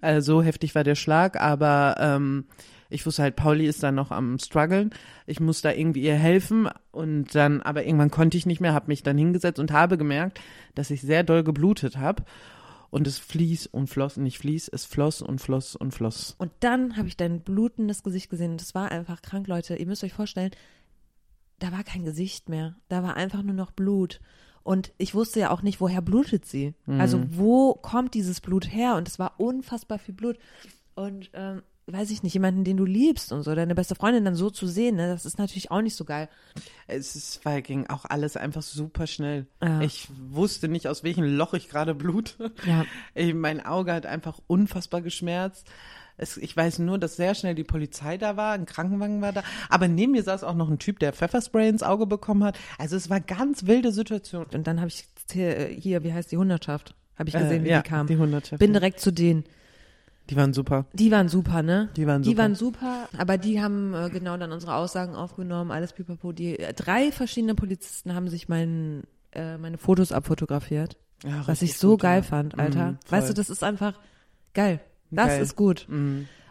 Äh, so heftig war der Schlag, aber ähm, ich wusste halt, Pauli ist da noch am struggeln. Ich muss da irgendwie ihr helfen und dann, aber irgendwann konnte ich nicht mehr, habe mich dann hingesetzt und habe gemerkt, dass ich sehr doll geblutet habe und es fließ und floss, nicht fließ, es floss und floss und floss. Und dann habe ich dein blutendes Gesicht gesehen. und Das war einfach krank, Leute. Ihr müsst euch vorstellen, da war kein Gesicht mehr. Da war einfach nur noch Blut. Und ich wusste ja auch nicht, woher blutet sie. Mhm. Also wo kommt dieses Blut her? Und es war unfassbar viel Blut. Und ähm, weiß ich nicht, jemanden, den du liebst und so, deine beste Freundin dann so zu sehen, ne, das ist natürlich auch nicht so geil. Es ist, weil ging auch alles einfach super schnell. Ja. Ich wusste nicht, aus welchem Loch ich gerade blute. Ja. Ey, mein Auge hat einfach unfassbar geschmerzt. Es, ich weiß nur, dass sehr schnell die Polizei da war, ein Krankenwagen war da. Aber neben mir saß auch noch ein Typ, der Pfefferspray ins Auge bekommen hat. Also es war ganz wilde Situation. Und dann habe ich hier, hier, wie heißt die Hundertschaft? Habe ich gesehen, Äh, wie ja, die kam. die Hundertschaft, Bin ja. direkt zu denen. Die waren super. Die waren super, ne? Die waren Die super. waren super, aber die haben äh, genau dann unsere Aussagen aufgenommen, alles pipapo. Die äh, drei verschiedene Polizisten haben sich mein, äh, meine Fotos abfotografiert, Ja, was richtig ich so gut, geil ja. fand, Alter. Mhm, voll. weißt du, das ist einfach geil. Das Geil. Mhm. ist gut.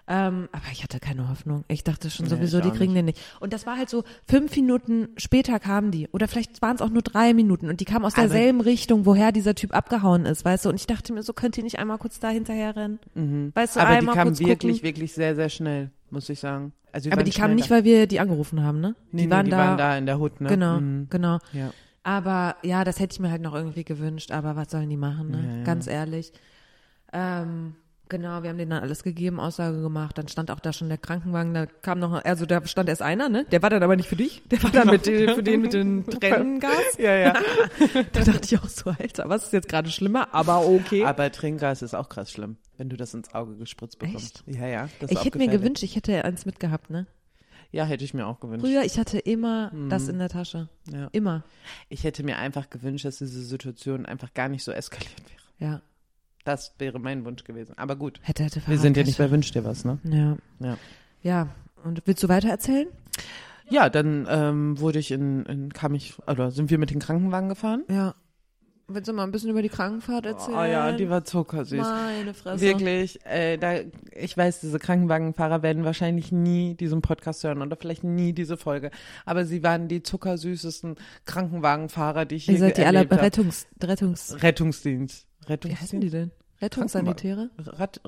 Ähm, aber ich hatte keine Hoffnung. Ich dachte schon sowieso, ich die auch kriegen den nicht. Und das war halt so, fünf Minuten später kamen die. Oder vielleicht waren es auch nur drei Minuten. Und die kamen aus derselben Richtung, woher dieser Typ abgehauen ist, weißt du. Und ich dachte mir so, könnt ihr nicht einmal kurz da hinterher rennen? Weißt du, Aber die einmal kamen kurz wirklich, gucken. wirklich sehr, sehr schnell, muss ich sagen. Also Aber waren die kamen schnell nicht, da. weil wir die angerufen haben, ne? Nee, die nee, waren, die da, waren da in der Hut, ne? Genau, Mhm. genau. Ja. Aber ja, das hätte ich mir halt noch irgendwie gewünscht, aber was sollen die machen, ne? Ganz ehrlich. Ähm, genau, wir haben denen dann alles gegeben, Aussage gemacht, dann stand auch da schon der Krankenwagen, da kam noch, also da stand erst einer, ne? Der war dann aber nicht für dich, der war dann mit den, für den mit den Tränengas. Genau. Ja, ja. Da dachte ich auch so, Alter, was ist jetzt gerade schlimmer, aber okay. Aber Trinkgas ist auch krass schlimm, wenn du das ins Auge gespritzt bekommst. Ja, ja. Das ist ich auch hätte mir gefährlich. gewünscht, ich hätte eins mitgehabt, ne? Ja, hätte ich mir auch gewünscht. Früher, ich hatte immer das in der Tasche. Mhm. Ja. Immer. Ich hätte mir einfach gewünscht, dass diese Situation einfach gar nicht so eskaliert wäre. Ja. Das wäre mein Wunsch gewesen. Aber gut. Hätte, hätte Wir sind ja verhakt. nicht bei Wünsch dir was, ne? Ja. Ja. Ja, und willst du weiter erzählen? Ja, dann ähm, wurde ich in, in, kam ich, oder sind wir mit dem Krankenwagen gefahren? Ja. Willst du mal ein bisschen über die Krankenfahrt erzählen? Oh ja, die war zuckersüß. Meine Fresse. Wirklich, äh, da, ich weiß, diese Krankenwagenfahrer werden wahrscheinlich nie diesen Podcast hören oder vielleicht nie diese Folge. Aber sie waren die zuckersüßesten Krankenwagenfahrer, die ich Ihr je seid die aller erlebt habe. Rettungs, Rettungs, Rettungsdienst. wie heißen die Rettungsdienst? denn? Rettungssanitäre? Rat-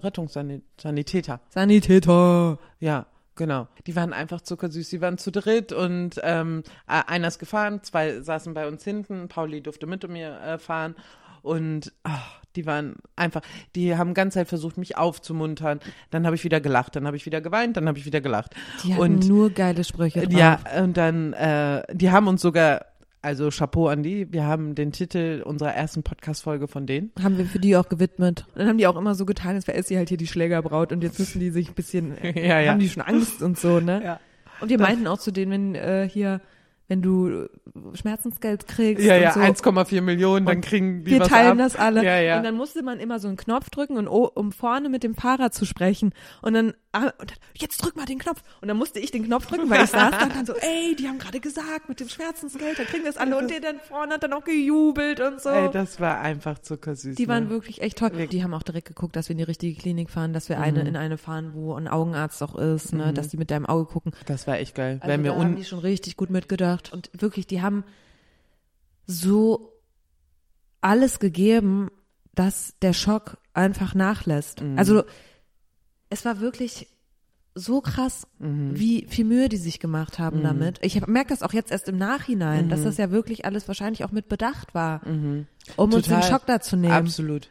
Rettungssanitäter. Sanitäter. Ja, genau. Die waren einfach zuckersüß. Die waren zu dritt und ähm, äh, einer ist gefahren, zwei saßen bei uns hinten. Pauli durfte mit mir äh, fahren. Und ach, die waren einfach, die haben ganze Zeit versucht, mich aufzumuntern. Dann habe ich wieder gelacht, dann habe ich wieder geweint, dann habe ich wieder gelacht. Die hatten und äh, nur geile Sprüche. Drauf. ja, und dann, äh, die haben uns sogar, also Chapeau an die, wir haben den Titel unserer ersten Podcast-Folge von denen. Haben wir für die auch gewidmet. Dann haben die auch immer so getan, als wäre sie halt hier die Schlägerbraut und jetzt müssen die sich ein bisschen, äh, Ja, ja. haben die schon Angst und so, ne? Ja. Und wir meinten auch zu denen, wenn äh, hier, wenn du äh, Schmerzensgeld kriegst Ja, und ja, so. 1,4 Millionen, dann kriegen die wir was teilen ab. das alle. Ja, ja. Und dann musste man immer so einen Knopf drücken, und, o- um vorne mit dem Fahrer zu sprechen. Und dann, ah, und dann, jetzt drück mal den Knopf. Und dann musste ich den Knopf drücken, weil ich saß da und dann so, ey, die haben gerade gesagt, mit dem Schmerzensgeld, da kriegen das alle. Und der dann vorne hat dann auch gejubelt und so. Ey, das war einfach zuckersüß. Die waren ne? wirklich Mhm. echt toll. Die haben auch direkt geguckt, dass wir in die richtige Klinik fahren, dass wir eine in eine fahren, wo ein Augenarzt auch ist, ne, dass die mit deinem Auge gucken. Das war echt geil. Also Wenn wir da haben un die schon richtig gut mitgedacht und wirklich, die haben so alles gegeben, dass der Schock einfach nachlässt. Also es war wirklich so krass, wie viel Mühe die sich gemacht haben damit. Ich merke das auch jetzt erst im Nachhinein, dass das ja wirklich alles wahrscheinlich auch mit bedacht war, um uns den Total. Schock dazu nehmen. absolut.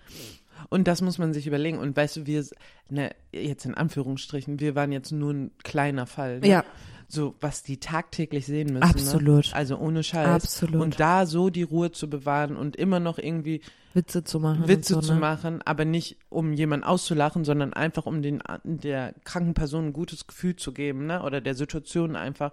Und das muss man sich überlegen. Und weißt du, wir, ne, jetzt in Anführungsstrichen, wir waren jetzt nur ein kleiner Fall. Ne? Ja. So, was die tagtäglich sehen müssen. Absolut. Ne? Also ohne Scheiß. Absolut. Und da so die Ruhe zu bewahren und immer noch irgendwie Witze zu machen. Witze und so, zu ne? machen, aber nicht um jemanden auszulachen, sondern einfach um den der kranken Person ein gutes Gefühl zu geben, ne? Oder der Situation einfach.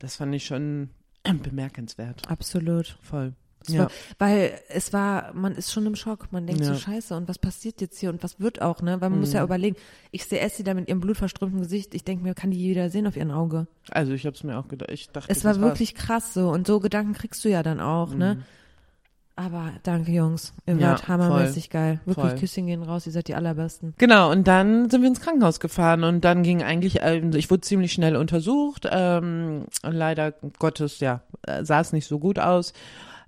Das fand ich schon bemerkenswert. Absolut. Voll. Es War, weil es war, man ist schon im Schock. Man denkt so, Ja. Mhm. scheiße, und was passiert jetzt hier und was wird auch, ne? Weil man muss ja überlegen, ich sehe Essie da mit ihrem blutverströmten Gesicht. Ich denke mir, kann die jeder sehen auf ihrem Auge? Also ich habe es mir auch gedacht. Ich dachte, Es war das war's. wirklich krass so. Und so Gedanken kriegst du ja dann auch, ne? Aber danke, Jungs. Ihr Mhm. Ja, wart hammermäßig geil. Wirklich, Voll. Küsschen gehen raus. Ihr seid die Allerbesten. Genau, und dann sind wir ins Krankenhaus gefahren und dann ging eigentlich, ähm, ich wurde ziemlich schnell untersucht, ähm, leider Gottes, ja, äh, sah es nicht so gut aus.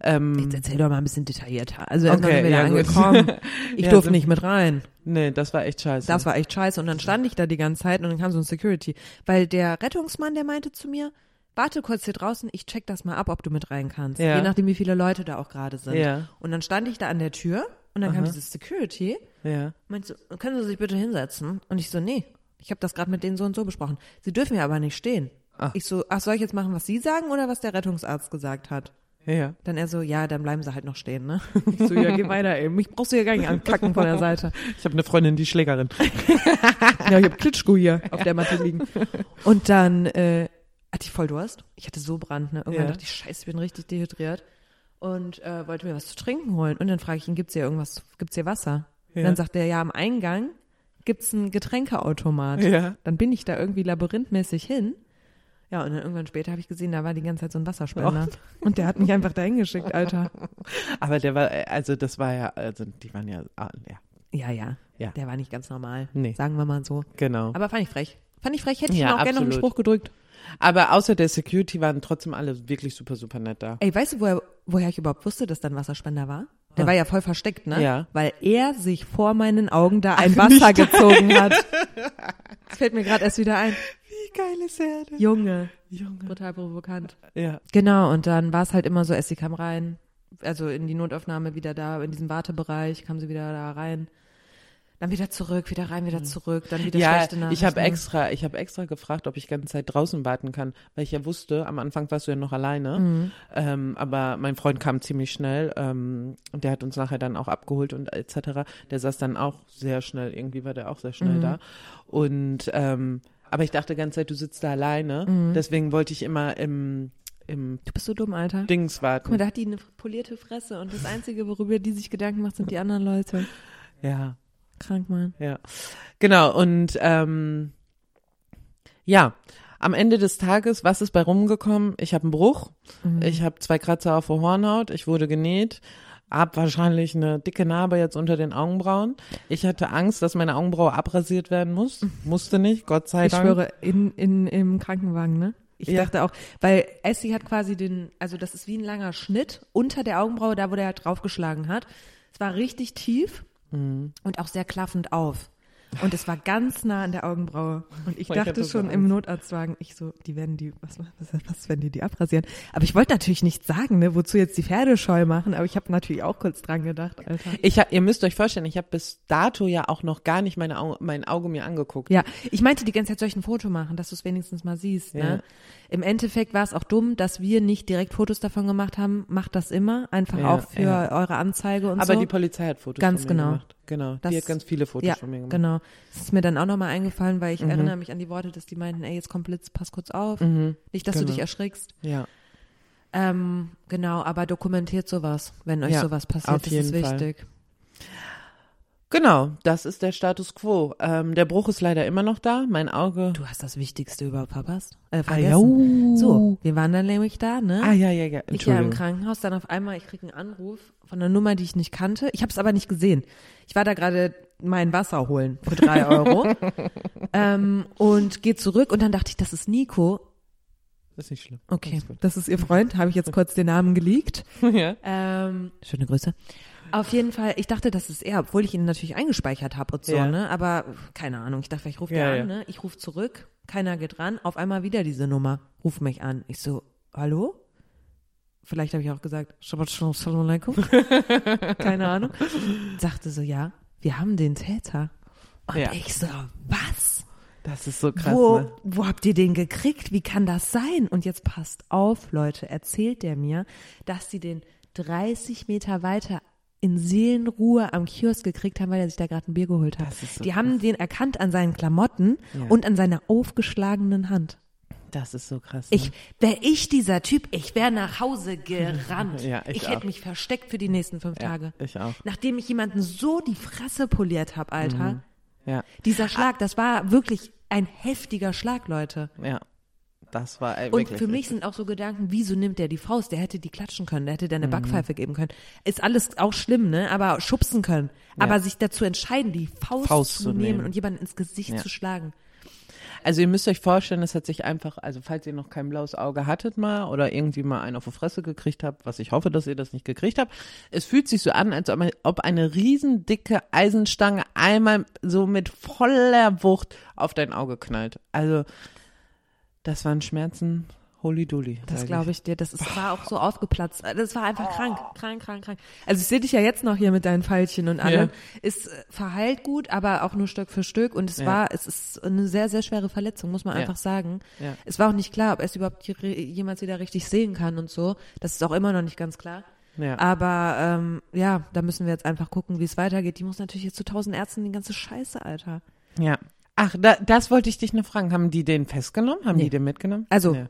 Ähm, Jetzt erzähl doch mal ein bisschen detaillierter. Also, irgendwann Okay, sind wir da ja, gut. angekommen. Ich Ja, durfte so- nicht mit rein. nee, das war echt scheiße. Das war echt scheiße. Und dann stand ich da die ganze Zeit und dann kam so ein Security. Weil der Rettungsmann, der meinte zu mir, warte kurz hier draußen, ich check das mal ab, ob du mit rein kannst. Ja. Je nachdem, wie viele Leute da auch gerade sind. Ja. Und dann stand ich da an der Tür und dann kam dieses Security. ja. Meinst du, können Sie sich bitte hinsetzen? Und ich so, nee, ich habe das gerade mit denen so und so besprochen. Sie dürfen ja aber nicht stehen. Ah. Ich so, ach, soll ich jetzt machen, was Sie sagen oder was der Rettungsarzt gesagt hat? ja. Dann er so, ja, dann bleiben sie halt noch stehen, ne? Ich so, ja, geh weiter eben. Mich brauchst du ja gar nicht ankacken von der Seite. Ich habe eine Freundin, die Schlägerin. Ja, ich hab Klitschko hier auf der Matte liegen. Und dann äh, hatte ich voll Durst. Ich hatte so Brand, ne? Irgendwann Ja. dachte ich, scheiße, ich bin richtig dehydriert. Und äh, wollte mir was zu trinken holen. Und dann frage ich ihn, gibt's hier irgendwas, gibt's hier Wasser? Dann sagt er, ja, am Eingang gibt's einen Getränkeautomat. Ja. Dann bin ich da irgendwie labyrinthmäßig hin. Ja, und dann irgendwann später habe ich gesehen, da war die ganze Zeit so ein Wasserspender. Oh. Und der hat mich einfach dahin geschickt, Alter. Aber der war, äh, also das war ja, also die waren ja, ah, ja, Ja, ja. Ja. Der war nicht ganz normal. Nee. Sagen wir mal so. genau. Aber, Aber fand ich frech. Fand ich frech, hätte ich Ja, ihm auch gerne noch einen absolut. Spruch gedrückt. außer der Security waren trotzdem alle wirklich super, super nett da. Ey, weißt du, woher, woher ich überhaupt wusste, dass da ein Wasserspender war? Der war ja voll versteckt, ne? Ah. Ja. Weil er sich vor meinen Augen da ein Wasser gezogen hat. Das fällt mir gerade erst wieder ein. Wie geil ist er denn? Junge. Junge. Brutal provokant. Ja. Genau, und dann war es halt immer so, Essie kam rein, also in die Notaufnahme wieder da, in diesem Wartebereich kam sie wieder da rein. Dann wieder zurück, wieder rein, wieder zurück, dann wieder Hm. Ja, schlechte Nachrichten. ne? ich habe extra, ich habe extra gefragt, ob ich ganze Zeit draußen warten kann, weil ich ja wusste, am Anfang warst du ja noch alleine. Mhm. Ähm, aber mein Freund kam ziemlich schnell ähm, und der hat uns nachher dann auch abgeholt und etc. Der saß dann auch sehr schnell, irgendwie war der auch sehr Mhm. schnell da. Und ähm, aber ich dachte die ganze Zeit, du sitzt da alleine. Mhm. Deswegen wollte ich immer im, im Du bist so dumm, Alter. Dings warten. Guck mal, da hat die eine polierte Fresse und das Einzige, worüber die sich Gedanken macht, sind die anderen Leute. ja. Krank, Mann. Ja, genau. Und ähm, ja, am Ende des Tages, was Mhm. ist bei rumgekommen? Ich habe einen Bruch, ich habe zwei Kratzer auf der Hornhaut, ich wurde genäht, Hab wahrscheinlich eine dicke Narbe jetzt unter den Augenbrauen. Ich hatte Angst, dass meine Augenbraue abrasiert werden muss. Musste nicht, Gott sei Mhm. Ich Dank. schwöre, in, in, im Krankenwagen, ne? Ich Ja. dachte auch, weil Essie hat quasi den, also das ist wie ein langer Schnitt unter der Augenbraue, da wo der halt draufgeschlagen hat. Es war richtig tief Mhm. und auch sehr klaffend auf. Und es war ganz nah an der Augenbraue. Und ich Oh, Ich dachte hatte so schon im Notarztwagen, ich so, die werden die, was, was, was werden die die abrasieren? Aber ich wollte natürlich nicht sagen, ne, wozu jetzt die Pferde scheu machen, aber ich habe natürlich auch kurz dran gedacht, Alter. Ich hab, ihr müsst euch vorstellen, ich habe bis dato ja auch noch gar nicht meine Au mein Auge mir angeguckt. Ja, ich meinte die ganze Zeit, soll ich ein Foto machen, dass du es wenigstens mal siehst. Ne? Im Endeffekt war es auch dumm, dass wir nicht direkt Fotos davon gemacht haben. Macht das immer, einfach Ja, auch für ja. eure Anzeige und Aber so. die Polizei hat Fotos Ganz von mir genau. gemacht. Genau. Das- die hat ganz viele Fotos ja, von mir gemacht. Mhm. genau. Das ist mir dann auch nochmal eingefallen, weil ich erinnere mich an die Worte, dass die meinten, ey, jetzt kommt Blitz, pass kurz auf. Nicht, dass du genau. dich erschrickst. Ja. Ähm, genau, aber dokumentiert sowas, wenn euch Ja, sowas passiert. auf das ist jeden Fall. wichtig. Genau, das ist der Status quo. Ähm, der Bruch ist leider immer noch da. Mein Auge. Du hast das Wichtigste überhaupt verpasst. Äh, ja. vergessen. so, wir waren dann nämlich da, ne? Ah ja, ja, ja. Ich war im Entschuldigung. Krankenhaus, dann auf einmal, ich krieg einen Anruf von einer Nummer, die ich nicht kannte. Ich habe es aber nicht gesehen. Ich war da gerade mein Wasser holen für drei Euro ähm, und gehe zurück und dann dachte ich, das ist Nico. ist nicht schlimm. Okay, das ist ihr Freund, habe ich jetzt kurz den Namen geleakt. ja. Ähm, schöne Grüße. Auf jeden Fall, ich dachte, das ist er, obwohl ich ihn natürlich eingespeichert habe und so, Ja. ne? Aber pf, keine Ahnung, ich dachte, ich rufe Ja, der ja. an, ne? Ich rufe zurück, keiner geht ran, auf einmal wieder diese Nummer, ruf mich an. Ich so, hallo? Vielleicht habe ich auch gesagt, Shabbat Shalom, Shalom Aleikum. keine Ahnung. Sagte so, ja, wir haben den Täter. Und Ja. ich so, was? Das ist so krass. wo, Ne? wo habt ihr den gekriegt? Wie kann das sein? Und jetzt passt auf, Leute, erzählt der mir, dass sie den 30 Meter weiter in Seelenruhe am Kiosk gekriegt haben, weil er sich da gerade ein Bier geholt hat. Die haben den erkannt an seinen Klamotten und an seiner aufgeschlagenen Hand. Das ist so krass. ne? Ich, wäre ich dieser Typ, ich wäre nach Hause gerannt. Ja, ich auch. hätte mich versteckt für die nächsten fünf Tage. ich auch. Nachdem ich jemanden so die Fresse poliert habe, Alter. Ne? Ja, Dieser Schlag, das war wirklich ein heftiger Schlag, Leute. ja. Das war äh, Und wirklich für mich sind auch so Gedanken, wieso nimmt der die Faust? Der hätte die klatschen können, der hätte Mhm. der eine Backpfeife geben können. Ist alles auch schlimm, ne? Aber schubsen können. Aber sich dazu entscheiden, die Faust, Faust zu, zu nehmen, nehmen. und jemanden ins Gesicht Ja. zu schlagen. Also ihr müsst euch vorstellen, es hat sich einfach, also falls ihr noch kein blaues Auge hattet mal oder irgendwie mal einen auf die Fresse gekriegt habt, was ich hoffe, dass ihr das nicht gekriegt habt, es fühlt sich so an, als ob- ob eine riesendicke Eisenstange einmal so mit voller Wucht auf dein Auge knallt. Also das waren Schmerzen, holy Also, doly. Das glaube ich dir. Das ist, war auch so aufgeplatzt. Das war einfach krank, krank, krank, krank. Also ich sehe dich ja jetzt noch hier mit deinen Pfeilchen und allem. Ja. Ist äh, verheilt gut, aber auch nur Stück für Stück. Und es Ja. war, es ist eine sehr, sehr schwere Verletzung, muss man Ja. einfach sagen. Ja. Es war auch nicht klar, ob er es überhaupt je- jemals wieder richtig sehen kann und so. Das ist auch immer noch nicht ganz klar. Ja. Aber ähm, ja, da müssen wir jetzt einfach gucken, wie es weitergeht. Die muss natürlich jetzt zu tausend Ärzten die ganze Scheiße, Alter. Ja. Ach, da, das wollte ich dich noch fragen. Haben die den festgenommen? Haben Nee. die den mitgenommen? Also- Ja.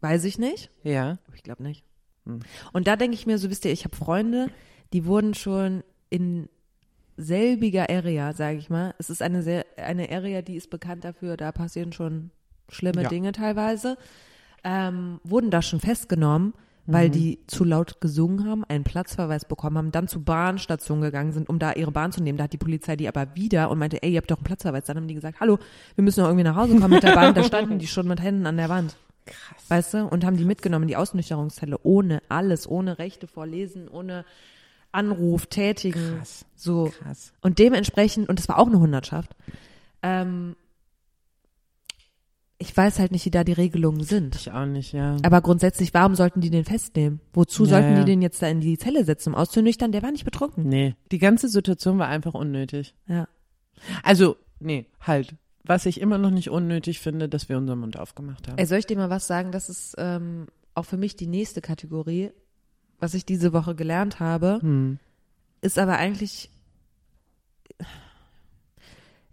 Weiß ich nicht. ja. Aber ich glaube nicht. Hm. Und da denke ich mir so, wisst ihr, ich habe Freunde, die wurden schon in selbiger Area, sage ich mal. Es ist eine, sehr, eine Area, die ist bekannt dafür, da passieren schon schlimme Ja. Dinge teilweise. Ähm, wurden da schon festgenommen, Mhm. weil die zu laut gesungen haben, einen Platzverweis bekommen haben, dann zur Bahnstation gegangen sind, um da ihre Bahn zu nehmen. Da hat die Polizei die aber wieder und meinte, ey, ihr habt doch einen Platzverweis. Dann haben die gesagt, hallo, wir müssen doch irgendwie nach Hause kommen mit der Bahn. Da standen die schon mit Händen an der Wand. Weißt du? Und haben die mitgenommen, in die Ausnüchterungszelle, ohne alles, ohne Rechte vorlesen, ohne Anruf, tätigen. Krass. So. Krass. Und dementsprechend, und das war auch eine Hundertschaft, ähm, ich weiß halt nicht, wie da die Regelungen sind. Ich auch nicht, ja. Aber grundsätzlich, warum sollten die den festnehmen? Wozu Ja, sollten ja. die den jetzt da in die Zelle setzen, um auszunüchtern? Der war nicht betrunken. Nee. Die ganze Situation war einfach unnötig. Ja. Also, nee, halt. Was ich immer noch nicht unnötig finde, dass wir unseren Mund aufgemacht haben. Ey, soll ich dir mal was sagen? Das ist ähm, auch für mich die nächste Kategorie, was ich diese Woche gelernt habe, ist aber eigentlich,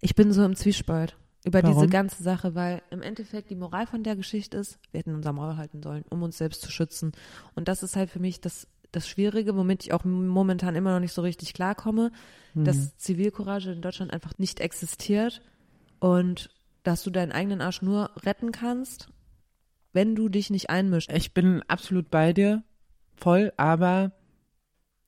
ich bin so im Zwiespalt über diese Warum? ganze Sache, weil im Endeffekt die Moral von der Geschichte ist, wir hätten unser Maul halten sollen, um uns selbst zu schützen. Und das ist halt für mich das, das Schwierige, womit ich auch momentan immer noch nicht so richtig klarkomme, dass Zivilcourage in Deutschland einfach nicht existiert und dass du deinen eigenen Arsch nur retten kannst, wenn du dich nicht einmischst. ich bin absolut bei dir, voll, aber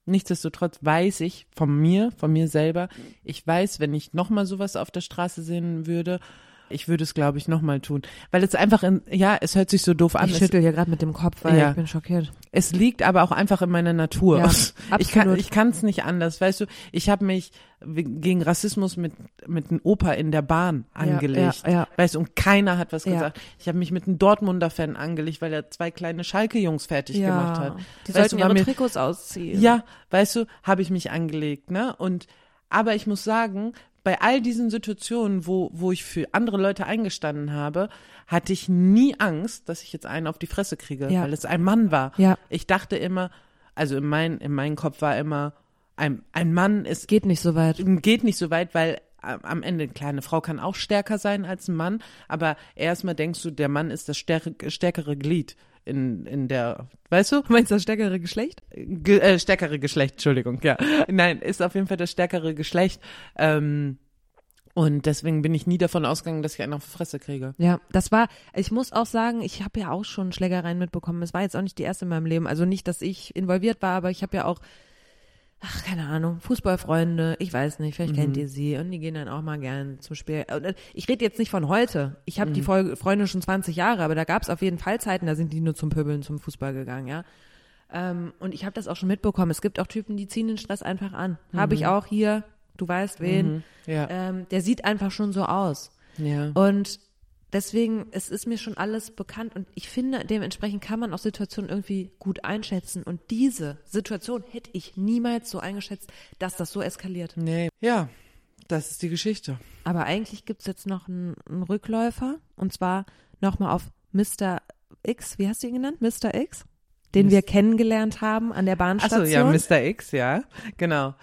Nichtsdestotrotz weiß ich von mir, von mir selber, ich weiß, wenn ich nochmal sowas auf der Straße sehen würde, ich würde es, glaube ich, nochmal tun. Weil es einfach, in, ja, es hört sich so doof an. Ich Es, schüttel hier gerade mit dem Kopf, weil Ja. ich bin schockiert. es liegt aber auch einfach in meiner Natur. Ja, ich kann absolut. ich kann's nicht anders. Weißt du, ich habe mich we- gegen Rassismus mit, mit einem Opa in der Bahn angelegt. ja, ja. Weißt du, und keiner hat was Ja. gesagt. Ich habe mich mit einem Dortmunder-Fan angelegt, weil er zwei kleine Schalke-Jungs fertig gemacht hat. Die Weißt sollten du, war ihre mir- Trikots ausziehen. ja, weißt du, habe ich mich angelegt, ne? Und aber ich muss sagen, bei all diesen Situationen, wo, wo ich für andere Leute eingestanden habe, hatte ich nie Angst, dass ich jetzt einen auf die Fresse kriege, Ja. weil es ein Mann war. Ja. Ich dachte immer, also in, mein, in meinem Kopf war immer, ein, ein Mann ist, Geht nicht so weit. geht nicht so weit, weil am am Ende eine kleine Frau kann auch stärker sein als ein Mann, aber erstmal denkst du, der Mann ist das stärk- stärkere Glied in, in der, weißt du? Meinst du das stärkere Geschlecht? Ge äh, stärkere Geschlecht, Entschuldigung, ja. Nein, ist auf jeden Fall das stärkere Geschlecht. Ähm, und deswegen bin ich nie davon ausgegangen, dass ich einen auf die Fresse kriege. Ja, das war, ich muss auch sagen, ich habe ja auch schon Schlägereien mitbekommen. Es war jetzt auch nicht die erste in meinem Leben. Also nicht, dass ich involviert war, aber ich habe ja auch, ach, keine Ahnung, Fußballfreunde, ich weiß nicht, vielleicht kennt ihr sie und die gehen dann auch mal gern zum Spiel. Und, äh, Ich rede jetzt nicht von heute. Ich habe die Folge, Freunde schon 20 Jahre, aber da gab es auf jeden Fall Zeiten, da sind die nur zum Pöbeln, zum Fußball gegangen, ja. Ähm, und ich habe das auch schon mitbekommen. Es gibt auch Typen, die ziehen den Stress einfach an. Habe ich auch hier, du weißt wen. Ja. Ähm, der sieht einfach schon so aus. Ja. Und deswegen, es ist mir schon alles bekannt und ich finde, dementsprechend kann man auch Situationen irgendwie gut einschätzen. Und diese Situation hätte ich niemals so eingeschätzt, dass das so eskaliert. Nee. Ja, das ist die Geschichte. Aber eigentlich gibt's jetzt noch einen, einen Rückläufer und zwar nochmal auf Mr. X, wie hast du ihn genannt? Mr. X? Den wir kennengelernt haben an der Achso, Bahnstation. ja, Mr. X, ja. Genau.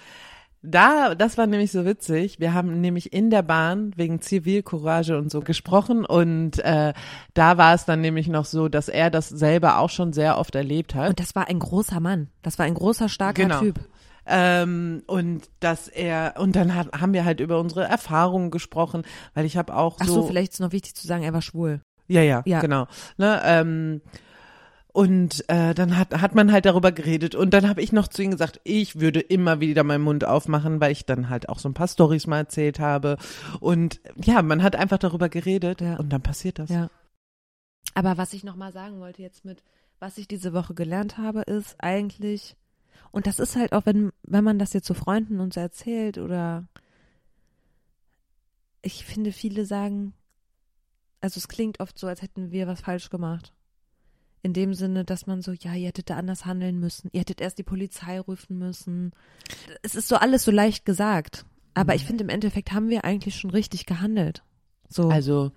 Da, das war nämlich so witzig. Wir haben nämlich in der Bahn wegen Zivilcourage und so gesprochen und äh, da war es dann nämlich noch so, dass er das selber auch schon sehr oft erlebt hat. und das war ein großer Mann. Das war ein großer, starker Genau. Typ. Ähm, und dass er und dann hat, haben wir halt über unsere Erfahrungen gesprochen, weil ich habe auch Ach so so, vielleicht ist noch wichtig zu sagen, er war schwul. ja ja, Ja. genau ne ähm, und äh, dann hat hat man halt darüber geredet und dann habe ich noch zu ihm gesagt, ich würde immer wieder meinen Mund aufmachen, weil ich dann halt auch so ein paar Stories mal erzählt habe und ja, man hat einfach darüber geredet Ja. und dann passiert das. Ja. Aber was ich nochmal sagen wollte jetzt mit, was ich diese Woche gelernt habe, ist eigentlich, und das ist halt auch, wenn, wenn man das jetzt zu Freunden und so erzählt oder ich finde, viele sagen, also es klingt oft so, als hätten wir was falsch gemacht. In dem Sinne, dass man so, ja, ihr hättet da anders handeln müssen, ihr hättet erst die Polizei rufen müssen. Es ist so alles so leicht gesagt. Aber Mhm. ich finde, im Endeffekt haben wir eigentlich schon richtig gehandelt. So. Also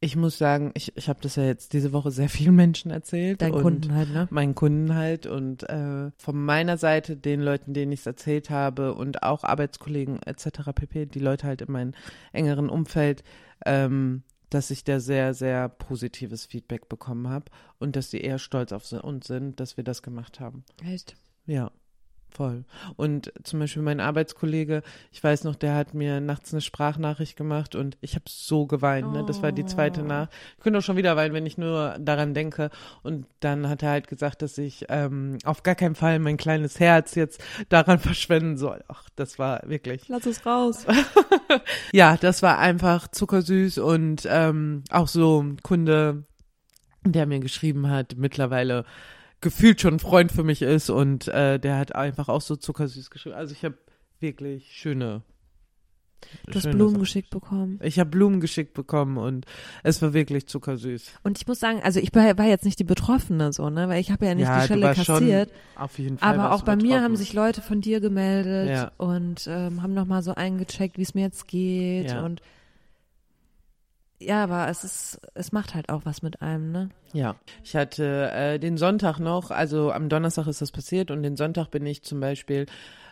ich muss sagen, ich ich habe das ja jetzt diese Woche sehr vielen Menschen erzählt Deinen und Kunden halt, ne? meinen Kunden halt und äh, von meiner Seite den Leuten, denen ich es erzählt habe und auch Arbeitskollegen etc. pp, die Leute halt in meinem engeren Umfeld, ähm, dass ich da sehr, sehr positives Feedback bekommen habe und dass sie eher stolz auf si- uns sind, dass wir das gemacht haben. Echt? Ja, voll. Und zum Beispiel mein Arbeitskollege, ich weiß noch, der hat mir nachts eine Sprachnachricht gemacht und ich habe so geweint. Ne? Das war die zweite Nacht. Ich könnte auch schon wieder weinen, wenn ich nur daran denke. Und dann hat er halt gesagt, dass ich ähm, auf gar keinen Fall mein kleines Herz jetzt daran verschwenden soll. Ach, das war wirklich. Lass es raus. Ja, das war einfach zuckersüß und ähm, auch so ein Kunde, der mir geschrieben hat, mittlerweile gefühlt schon ein Freund für mich ist und äh, der hat einfach auch so zuckersüß geschrieben. Also ich habe wirklich schöne. Du hast schöne Blumen Sachen. geschickt bekommen. Ich habe Blumen geschickt bekommen und es war wirklich zuckersüß. Und ich muss sagen, also ich war war jetzt nicht die Betroffene so, ne? Weil ich habe ja nicht die Schelle kassiert. schon auf jeden Fall. aber warst auch du bei mir betroffen. haben sich Leute von dir gemeldet Ja. und ähm, haben nochmal so eingecheckt, wie es mir jetzt geht. Ja. Und ja, aber es ist, es macht halt auch was mit einem, ne? Ja, ich hatte äh, den Sonntag noch, also am Donnerstag ist das passiert und den Sonntag bin ich zum Beispiel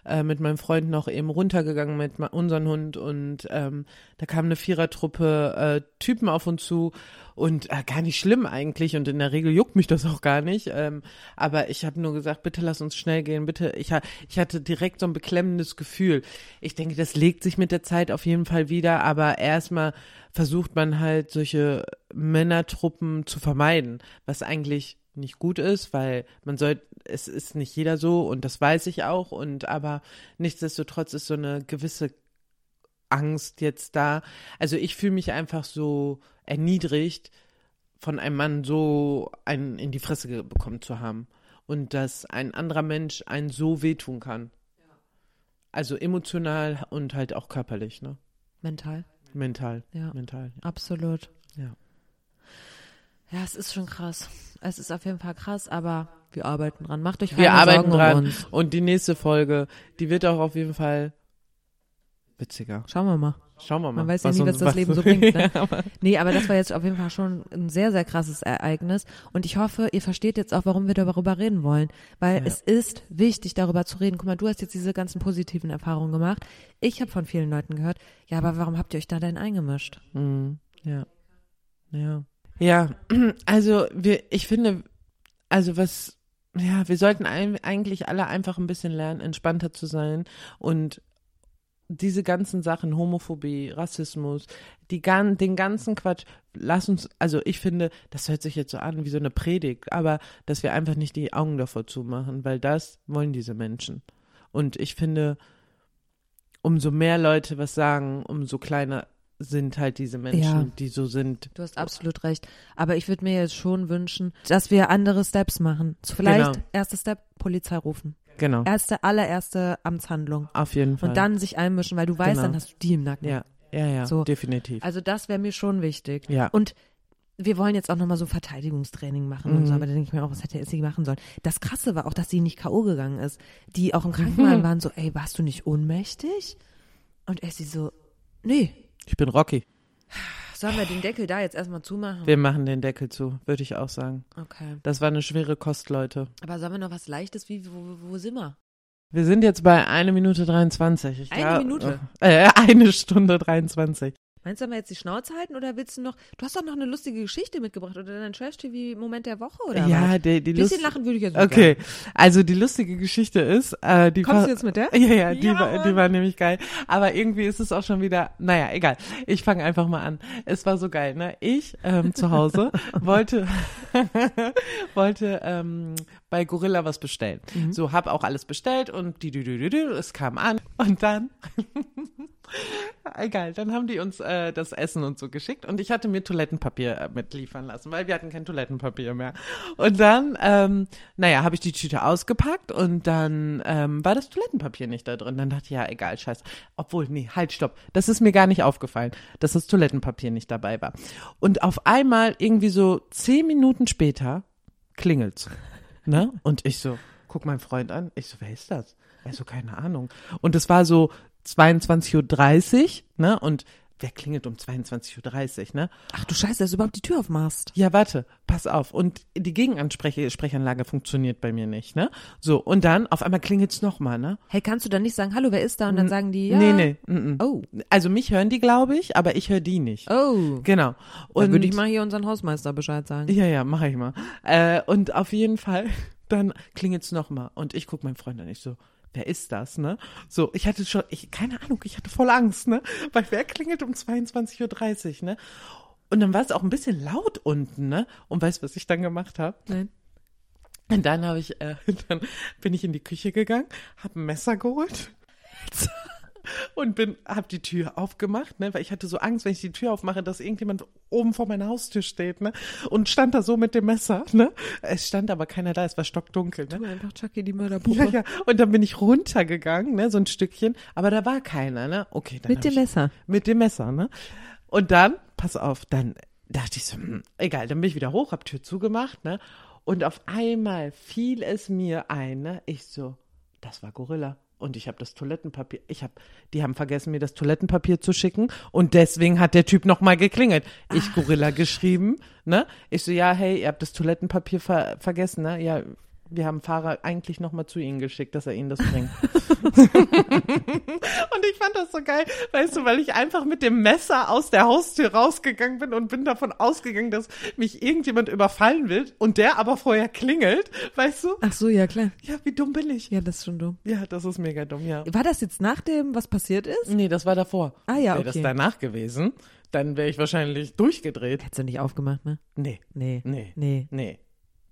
äh, mit meinem Freund noch eben runtergegangen mit ma- unserem Hund und ähm, da kam eine Vierertruppe äh, Typen auf uns zu und äh, gar nicht schlimm eigentlich und in der Regel juckt mich das auch gar nicht, ähm, aber ich habe nur gesagt, bitte lass uns schnell gehen, bitte. Ich, ha- ich hatte direkt so ein beklemmendes Gefühl. Ich denke, das legt sich mit der Zeit auf jeden Fall wieder, aber erstmal versucht man halt solche Männertruppen zu vermeiden, was eigentlich nicht gut ist, weil man soll, es ist nicht jeder so und das weiß ich auch und aber nichtsdestotrotz ist so eine gewisse Angst jetzt da. Also ich fühle mich einfach so erniedrigt, von einem Mann so einen in die Fresse ge- bekommen zu haben und dass ein anderer Mensch einen so wehtun kann. Also emotional und halt auch körperlich, ne? Mental. Mental. Ja. Mental. Absolut. Ja. Ja, es ist schon krass. Es ist auf jeden Fall krass, aber wir arbeiten dran. Macht euch keine Wir Sorgen arbeiten dran. um uns. Und die nächste Folge, die wird auch auf jeden Fall witziger. Schauen wir mal. Schauen wir mal. Man weiß ja nie, uns- was das Leben so bringt. Ne? Nee, aber das war jetzt auf jeden Fall schon ein sehr, sehr krasses Ereignis. Und ich hoffe, ihr versteht jetzt auch, warum wir darüber reden wollen. Weil es ist wichtig, darüber zu reden. Guck mal, du hast jetzt diese ganzen positiven Erfahrungen gemacht. Ich habe von vielen Leuten gehört, ja, aber warum habt ihr euch da denn eingemischt? Mhm. Ja. Ja. Ja, also wir, ich finde, also was, ja, wir sollten ein, eigentlich alle einfach ein bisschen lernen, entspannter zu sein und diese ganzen Sachen, Homophobie, Rassismus, die gan den ganzen Quatsch, lass uns, also ich finde, das hört sich jetzt so an wie so eine Predigt, aber dass wir einfach nicht die Augen davor zumachen, weil das wollen diese Menschen. Und ich finde, umso mehr Leute was sagen, umso kleiner sind halt diese Menschen, Ja. die so sind. Du hast absolut recht. Aber ich würde mir jetzt schon wünschen, dass wir andere Steps machen. Vielleicht Genau. erster Step, Polizei rufen. Genau. Erste, allererste Amtshandlung. Auf jeden Fall. Und dann sich einmischen, weil du weißt, Genau. dann hast du die im Nacken. Ja, ja, ja, So. definitiv. Also das wäre mir schon wichtig. Ja. Und wir wollen jetzt auch nochmal so Verteidigungstraining machen Mhm. und so, aber da denke ich mir auch, was hätte jetzt sie machen sollen. Das Krasse war auch, dass sie nicht K.O. gegangen ist. Die auch im Mhm. Krankenwagen waren so, ey, warst du nicht ohnmächtig? Und er sie so, nee, ich bin Rocky. sollen wir den Deckel da jetzt erstmal zumachen? Wir machen den Deckel zu, würde ich auch sagen. Okay. Das war eine schwere Kost, Leute. Aber sollen wir noch was Leichtes, wie, wo, wo sind wir? Wir sind jetzt bei 1 Minute 23. Ich Eine glaub- Minute? Äh, eine Stunde 23. Meinst du, sollen wir jetzt die Schnauze halten oder willst du noch, du hast doch noch eine lustige Geschichte mitgebracht oder dein Trash-TV-Moment der Woche oder ja, was? die, die Ein bisschen Lust- lachen würde ich jetzt Okay, also die lustige Geschichte ist, äh, die Kommst war- du jetzt mit der? Ja, ja, die, Ja, war, die Mann. war nämlich geil. Aber irgendwie ist es auch schon wieder, naja, egal. Ich fange einfach mal an. Es war so geil, ne? Ich ähm, zu Hause wollte, wollte ähm, bei Gorilla was bestellen. Mhm. So, hab auch alles bestellt und die, die, die, die, die, es kam an und dann Egal, dann haben die uns äh, das Essen und so geschickt und ich hatte mir Toilettenpapier äh, mitliefern lassen, weil wir hatten kein Toilettenpapier mehr. Und dann, ähm, naja, habe ich die Tüte ausgepackt und dann ähm, war das Toilettenpapier nicht da drin. Dann dachte ich, ja, egal, scheiße. Obwohl, nee, halt, stopp. Das ist mir gar nicht aufgefallen, dass das Toilettenpapier nicht dabei war. Und auf einmal, irgendwie so zehn Minuten später, klingelt's. Ne? Und ich so, guck meinen Freund an. Ich so, wer ist das? Er so, keine Ahnung. Und es war so 22.30 Uhr, ne? Und wer klingelt um 22.30 Uhr, ne? Ach du Scheiße, dass du überhaupt die Tür aufmachst. Ja, warte, pass auf. Und die Gegenansprechanlage funktioniert bei mir nicht, ne? So, und dann auf einmal klingelt's nochmal, ne? Hey, kannst du dann nicht sagen, hallo, wer ist da? Und dann sagen die, ja. Nee, nee. Mm -mm. Oh, Also mich hören die, glaube ich, aber ich höre die nicht. oh. Genau. Und Dann würde ich mal hier unseren Hausmeister Bescheid sagen. Ja, ja, mach ich mal. Äh, und auf jeden Fall, dann klingelt's noch nochmal. Und ich guck meinen Freund an, ich so, wer ist das, ne? So, ich hatte schon, ich, keine Ahnung, ich hatte voll Angst, ne? Weil wer klingelt um 22.30 Uhr, ne? Und dann war es auch ein bisschen laut unten, ne? Und weißt du, was ich dann gemacht habe? Nein. Und dann habe ich, äh, dann bin ich in die Küche gegangen, habe ein Messer geholt und bin, habe die Tür aufgemacht, ne, weil ich hatte so Angst, wenn ich die Tür aufmache, dass irgendjemand oben vor meiner Haustür steht, ne, und stand da so mit dem Messer, ne. Es stand aber keiner da, es war stockdunkel, ne. Einfach Chucky die Mörderpuppe. Ja, ja. Und dann bin ich runtergegangen, ne, so ein Stückchen, aber da war keiner, ne. Okay, dann hab Mit dem ich, Messer. mit dem Messer, ne? Und dann, pass auf, dann dachte ich so, hm, egal, dann bin ich wieder hoch, hab Tür zugemacht, ne? Und auf einmal fiel es mir ein, ne? Ich so, das war Gorilla. Und ich habe das Toilettenpapier, ich habe, die haben vergessen, mir das Toilettenpapier zu schicken. Und deswegen hat der Typ nochmal geklingelt. Ich Ah. Gorilla geschrieben, ne? Ich so, ja, hey, ihr habt das Toilettenpapier ver vergessen, ne? Ja, wir haben Fahrer eigentlich nochmal zu ihnen geschickt, dass er ihnen das bringt. Und ich fand das so geil, weißt du, weil ich einfach mit dem Messer aus der Haustür rausgegangen bin und bin davon ausgegangen, dass mich irgendjemand überfallen will und der aber vorher klingelt, weißt du? Ach so, ja, klar. Ja, wie dumm bin ich? Ja, das ist schon dumm. Ja, das ist mega dumm, ja. War das jetzt nach dem, was passiert ist? Nee, das war davor. Ah, ja, Wäre das okay. danach gewesen, dann wäre ich wahrscheinlich durchgedreht. Hättest du nicht aufgemacht, ne? Nee, Nee. nee, Nee. nee,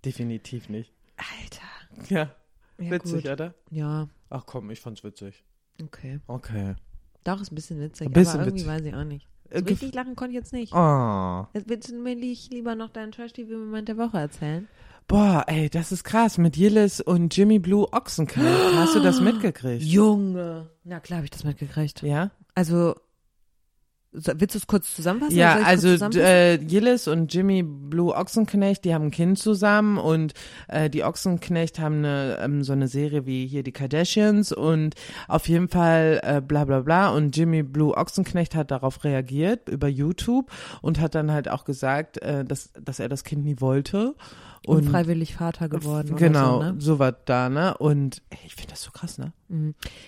definitiv nicht. Alter. Ja. Ja, witzig, gut. oder? Ja, Ach komm, ich fand's witzig. okay. Okay. Doch, ist ein bisschen witzig, Ein bisschen aber irgendwie witzig. weiß ich auch nicht. So Äh, gef- richtig lachen konnte ich jetzt nicht. Oh. Jetzt willst du mir li- lieber noch deinen Trash-TV-Moment der Woche erzählen? Boah, ey, das ist krass. Mit Yillis und Jimmy Blue Ochsenkalb. Hast du das mitgekriegt? Junge! Na klar habe ich das mitgekriegt. Ja? Also, so, willst du es kurz zusammenfassen? Ja, Soll ich's kurz also zusammenfassen? äh, Yillis und Jimmy Blue Ochsenknecht, die haben ein Kind zusammen und äh, die Ochsenknecht haben eine, ähm, so eine Serie wie hier die Kardashians und auf jeden Fall äh, bla bla bla und Jimmy Blue Ochsenknecht hat darauf reagiert über YouTube und hat dann halt auch gesagt, äh, dass, dass er das Kind nie wollte. Und unfreiwillig Vater geworden. genau, Oder so, ne? so war da, ne? Und ey, ich finde das so krass, ne?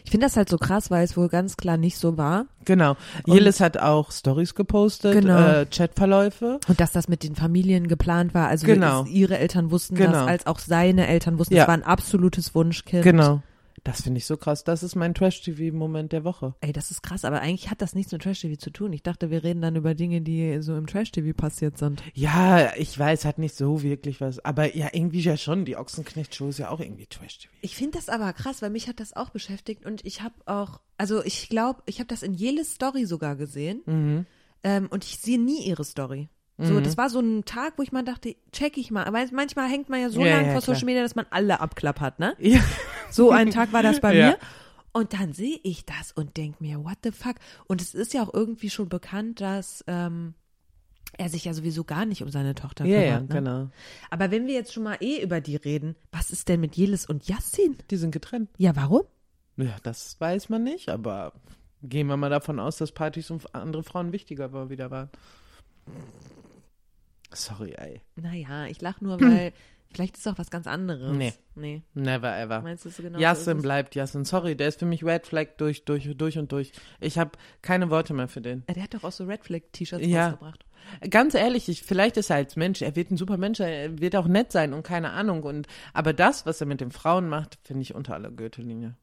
Ich finde das halt so krass, weil es wohl ganz klar nicht so war. Genau. Yillis hat auch Stories gepostet, Genau. äh, Chatverläufe. Und dass das mit den Familien geplant war. Also Genau. es- ihre Eltern wussten Genau. das, als auch seine Eltern wussten, Ja. das war ein absolutes Wunschkind. Genau. Das finde ich so krass. Das ist mein Trash-TV-Moment der Woche. Ey, das ist krass, aber eigentlich hat das nichts mit Trash-TV zu tun. Ich dachte, wir reden dann über Dinge, die so im Trash-TV passiert sind. Ja, ich weiß, hat nicht so wirklich was. Aber ja, irgendwie ja schon. Die Ochsenknecht-Show ist ja auch irgendwie Trash-TV. Ich finde das aber krass, weil mich hat das auch beschäftigt und ich habe auch, also ich glaube, ich habe das in Jeles Story sogar gesehen Mhm. ähm, und ich sehe nie ihre Story. So, das war so ein Tag, wo ich mal dachte, check ich mal. Aber manchmal hängt man ja so Ja, lange ja, vor klar. Social Media, dass man alle abklappert, ne? Ja. So ein Tag war das bei Ja. mir. Und dann sehe ich das und denke mir, what the fuck? Und es ist ja auch irgendwie schon bekannt, dass ähm, er sich ja sowieso gar nicht um seine Tochter Ja, kümmert. ja, ne? genau. Aber wenn wir jetzt schon mal eh über die reden, was ist denn mit Jelis und Yassin? Die sind getrennt. Ja, warum? Ja, das weiß man nicht, aber gehen wir mal davon aus, dass Partys und andere Frauen wichtiger war, wieder waren. Sorry, ey. Naja, ich lach nur, weil vielleicht ist auch was ganz anderes. Nee. Nee. Never ever. Meinst du es genau? so Jassen ist es? bleibt Jassen. Sorry, der ist für mich Red Flag durch, durch, durch und durch. Ich habe keine Worte mehr für den. Äh, Der hat doch auch so Red Flag T-Shirts Ja. rausgebracht. Ganz ehrlich, ich, vielleicht ist er als Mensch, er wird ein super Mensch, er wird auch nett sein und keine Ahnung. Und aber das, was er mit den Frauen macht, finde ich unter aller Gürtellinie.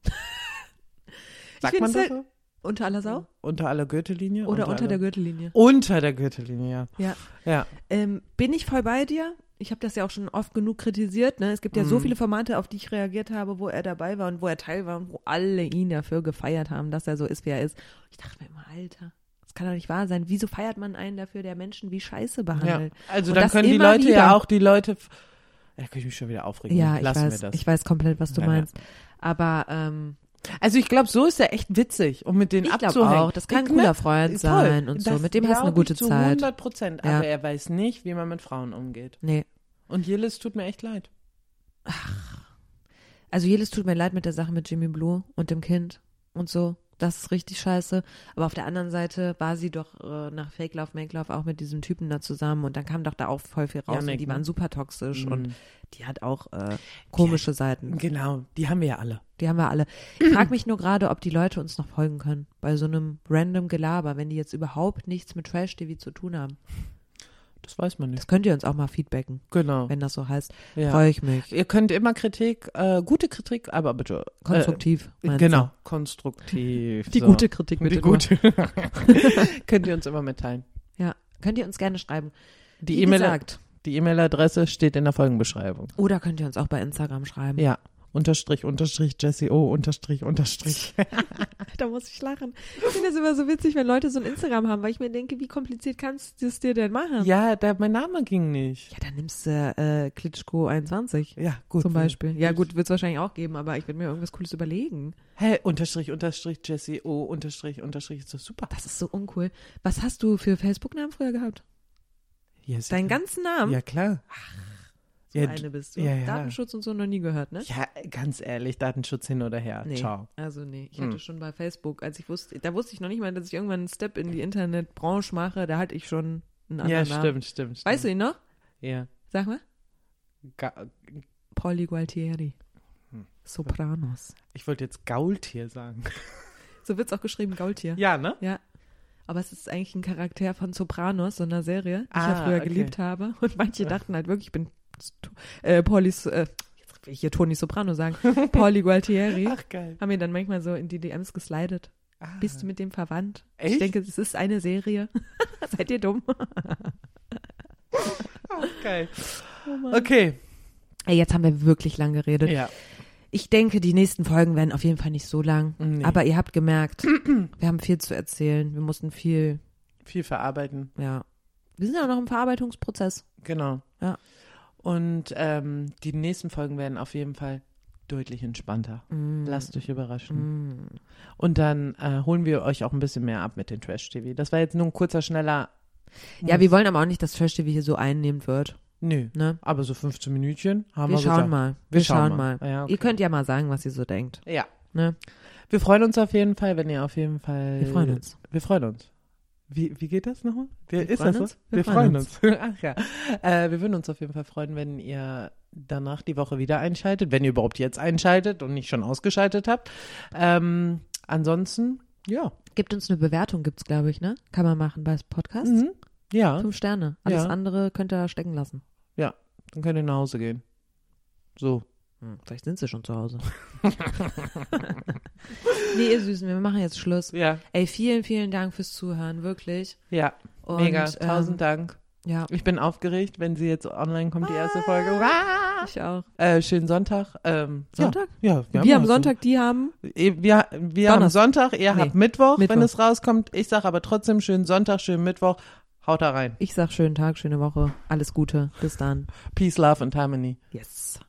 Sagt find's man das halt- so? Unter aller Sau? Unter aller Gürtellinie? Oder unter aller- der Gürtellinie? Unter der Gürtellinie, ja. Ja. Ja. Ähm, bin ich voll bei dir? Ich habe das ja auch schon oft genug kritisiert. Ne? Es gibt ja Hm. so viele Formate, auf die ich reagiert habe, wo er dabei war und wo er Teil war und wo alle ihn dafür gefeiert haben, dass er so ist, wie er ist. Ich dachte mir immer, Alter, das kann doch nicht wahr sein. Wieso feiert man einen dafür, der Menschen wie Scheiße ja. behandelt? Äh, Also Und dann das können die immer Leute wieder. ja auch die Leute. f- Da kann ich mich schon wieder aufregen. Ja, ich Lassen weiß, wir das. ich weiß komplett, was du Ja, ja. meinst. Aber ähm, Also ich glaube, so ist er echt witzig, um mit denen Ich glaub abzuhängen. auch, das kann ein Ich- cooler ne? Freund Voll. sein und so. Das Mit dem hast du eine glaub gute ich zu Zeit. 100 Prozent, Ja. aber er weiß nicht, wie man mit Frauen umgeht. nee. Und Jillis tut mir echt leid. Also jedes tut mir leid mit der Sache mit Jimmy Blue und dem Kind und so. Das ist richtig scheiße. Aber auf der anderen Seite war sie doch äh, nach Fake Love, Make Love auch mit diesem Typen da zusammen und dann kam doch da auch voll viel raus Yannick, und die ne? waren super toxisch Mhm. und die hat auch äh, komische Seiten. Genau, die haben wir ja alle. Die haben wir alle. Ich frage mich nur gerade, ob die Leute uns noch folgen können bei so einem random Gelaber, wenn die jetzt überhaupt nichts mit Trash-TV zu tun haben. Das weiß man nicht. Das könnt ihr uns auch mal feedbacken, Genau. wenn das so heißt. Ja. Äh, Freue ich mich. Ihr könnt immer Kritik, äh, gute Kritik, aber bitte äh, Konstruktiv. meinst du? Genau, konstruktiv. Die gute Kritik bitte Die nur. gute. könnt ihr uns immer mitteilen. Ja, könnt ihr uns gerne schreiben. Die Wie E-Mail- gesagt. Hm. die E-Mail-Adresse steht in der Folgenbeschreibung. Oder könnt ihr uns auch bei Instagram schreiben. Ja. Unterstrich, Unterstrich, Jesse O, Unterstrich, Unterstrich. Da muss ich lachen. Ich finde das immer so witzig, wenn Leute so ein Instagram haben, weil ich mir denke, wie kompliziert kannst du es dir denn machen? Ja, Ja, da, mein Name ging nicht. dann nimmst du äh, Klitschko 21 Ja, gut. zum Beispiel. Ja gut, wird es wahrscheinlich auch geben, aber ich würde mir irgendwas Cooles überlegen. Hä, unterstrich, unterstrich, Jesse O, unterstrich, unterstrich, ist doch super. Das ist so uncool. Was hast du für Facebook-Namen früher gehabt? Jessica. Deinen ganzen Namen? Ja, klar. so ja, eine bist du. ja, ja. Datenschutz und so noch nie gehört, ne? Ja, ganz ehrlich, Datenschutz hin oder her. Nee, Ciao. Hm. also nee, ich hatte schon bei Facebook, als ich wusste, da wusste ich noch nicht mal, dass ich irgendwann einen Step in die Internetbranche mache, da hatte ich schon einen anderen Ja, Namen. stimmt, stimmt, stimmt. Weißt du ihn noch? Ja. Sag mal. Ga Pauli Gualtieri. Hm. Sopranos. ich wollte jetzt Gaultier sagen. So wird's auch geschrieben, Gaultier. Ja, ne? Ja. Aber es ist eigentlich ein Charakter von Sopranos, so einer Serie, die ich ja Ah, früher okay. geliebt habe. Und manche dachten halt wirklich, ich bin Sto- äh, Pauli, So- äh, jetzt will ich hier Toni Soprano sagen, Pauli Gualtieri. Ach, geil. Haben mir dann manchmal so in die DMs geslidet. Bist du mit dem verwandt? Ich Ah. Echt? denke, es ist eine Serie. Seid ihr dumm? Oh Geil. okay, Ey, jetzt haben wir wirklich lang geredet. Ja. Ich denke, die nächsten Folgen werden auf jeden Fall nicht so lang. Aber ihr habt gemerkt, wir haben viel zu erzählen. Wir mussten viel, Viel verarbeiten. ja. Wir sind ja auch noch im Verarbeitungsprozess. Genau. Ja. Und ähm, die nächsten Folgen werden auf jeden Fall deutlich entspannter. Lasst euch überraschen. Und dann äh, holen wir euch auch ein bisschen mehr ab mit den Trash-TV. Das war jetzt nur ein kurzer, schneller. Ja, wir wollen aber auch nicht, dass Trash TV hier so einnehmend wird. Nö. Ne? Aber so 15 Minuten haben Wir wir schauen gesagt. mal. Wir Wir schauen schauen mal. mal. Ja, okay. Ihr könnt ja mal sagen, was ihr so denkt. Ja. Ne? Wir freuen uns auf jeden Fall, wenn ihr auf jeden Fall. Wir freuen uns. Wir freuen uns. Wie, wie geht das nochmal? Wie, ist freuen das so? uns, Wir, freuen uns. Ach ja. Äh, wir würden uns auf jeden Fall freuen, wenn ihr danach die Woche wieder einschaltet, wenn ihr überhaupt jetzt einschaltet und nicht schon ausgeschaltet habt. Ähm, ansonsten, ja. Gibt uns eine Bewertung, gibt's, glaube ich, ne? Kann man machen bei Podcasts. Mhm. Ja, Fünf Sterne. Alles Ja. andere könnt ihr stecken lassen. ja. Dann könnt ihr nach Hause gehen. So. Hm, Vielleicht sind sie schon zu Hause. nee, ihr Süßen, wir machen jetzt Schluss. Ja, Ey, vielen, vielen Dank fürs Zuhören, wirklich. ja. Und, Mega. ähm, Tausend Dank. Ja, Ich bin aufgeregt, wenn sie jetzt online kommt, die erste Folge. Ah! ich auch. Äh, schönen Sonntag. Ähm, Sonntag? Ja, ja Wir, haben am also- Sonntag, die haben. Eh, Wir, wir haben Donnerstag. Sonntag, ihr habt Mittwoch, wenn Mittwoch. es rauskommt. Ich sage aber trotzdem schönen Sonntag, schönen Mittwoch. Haut da rein. Ich sag schönen Tag, schöne Woche. Alles Gute. Bis dann. Peace, Love and Harmony. Yes.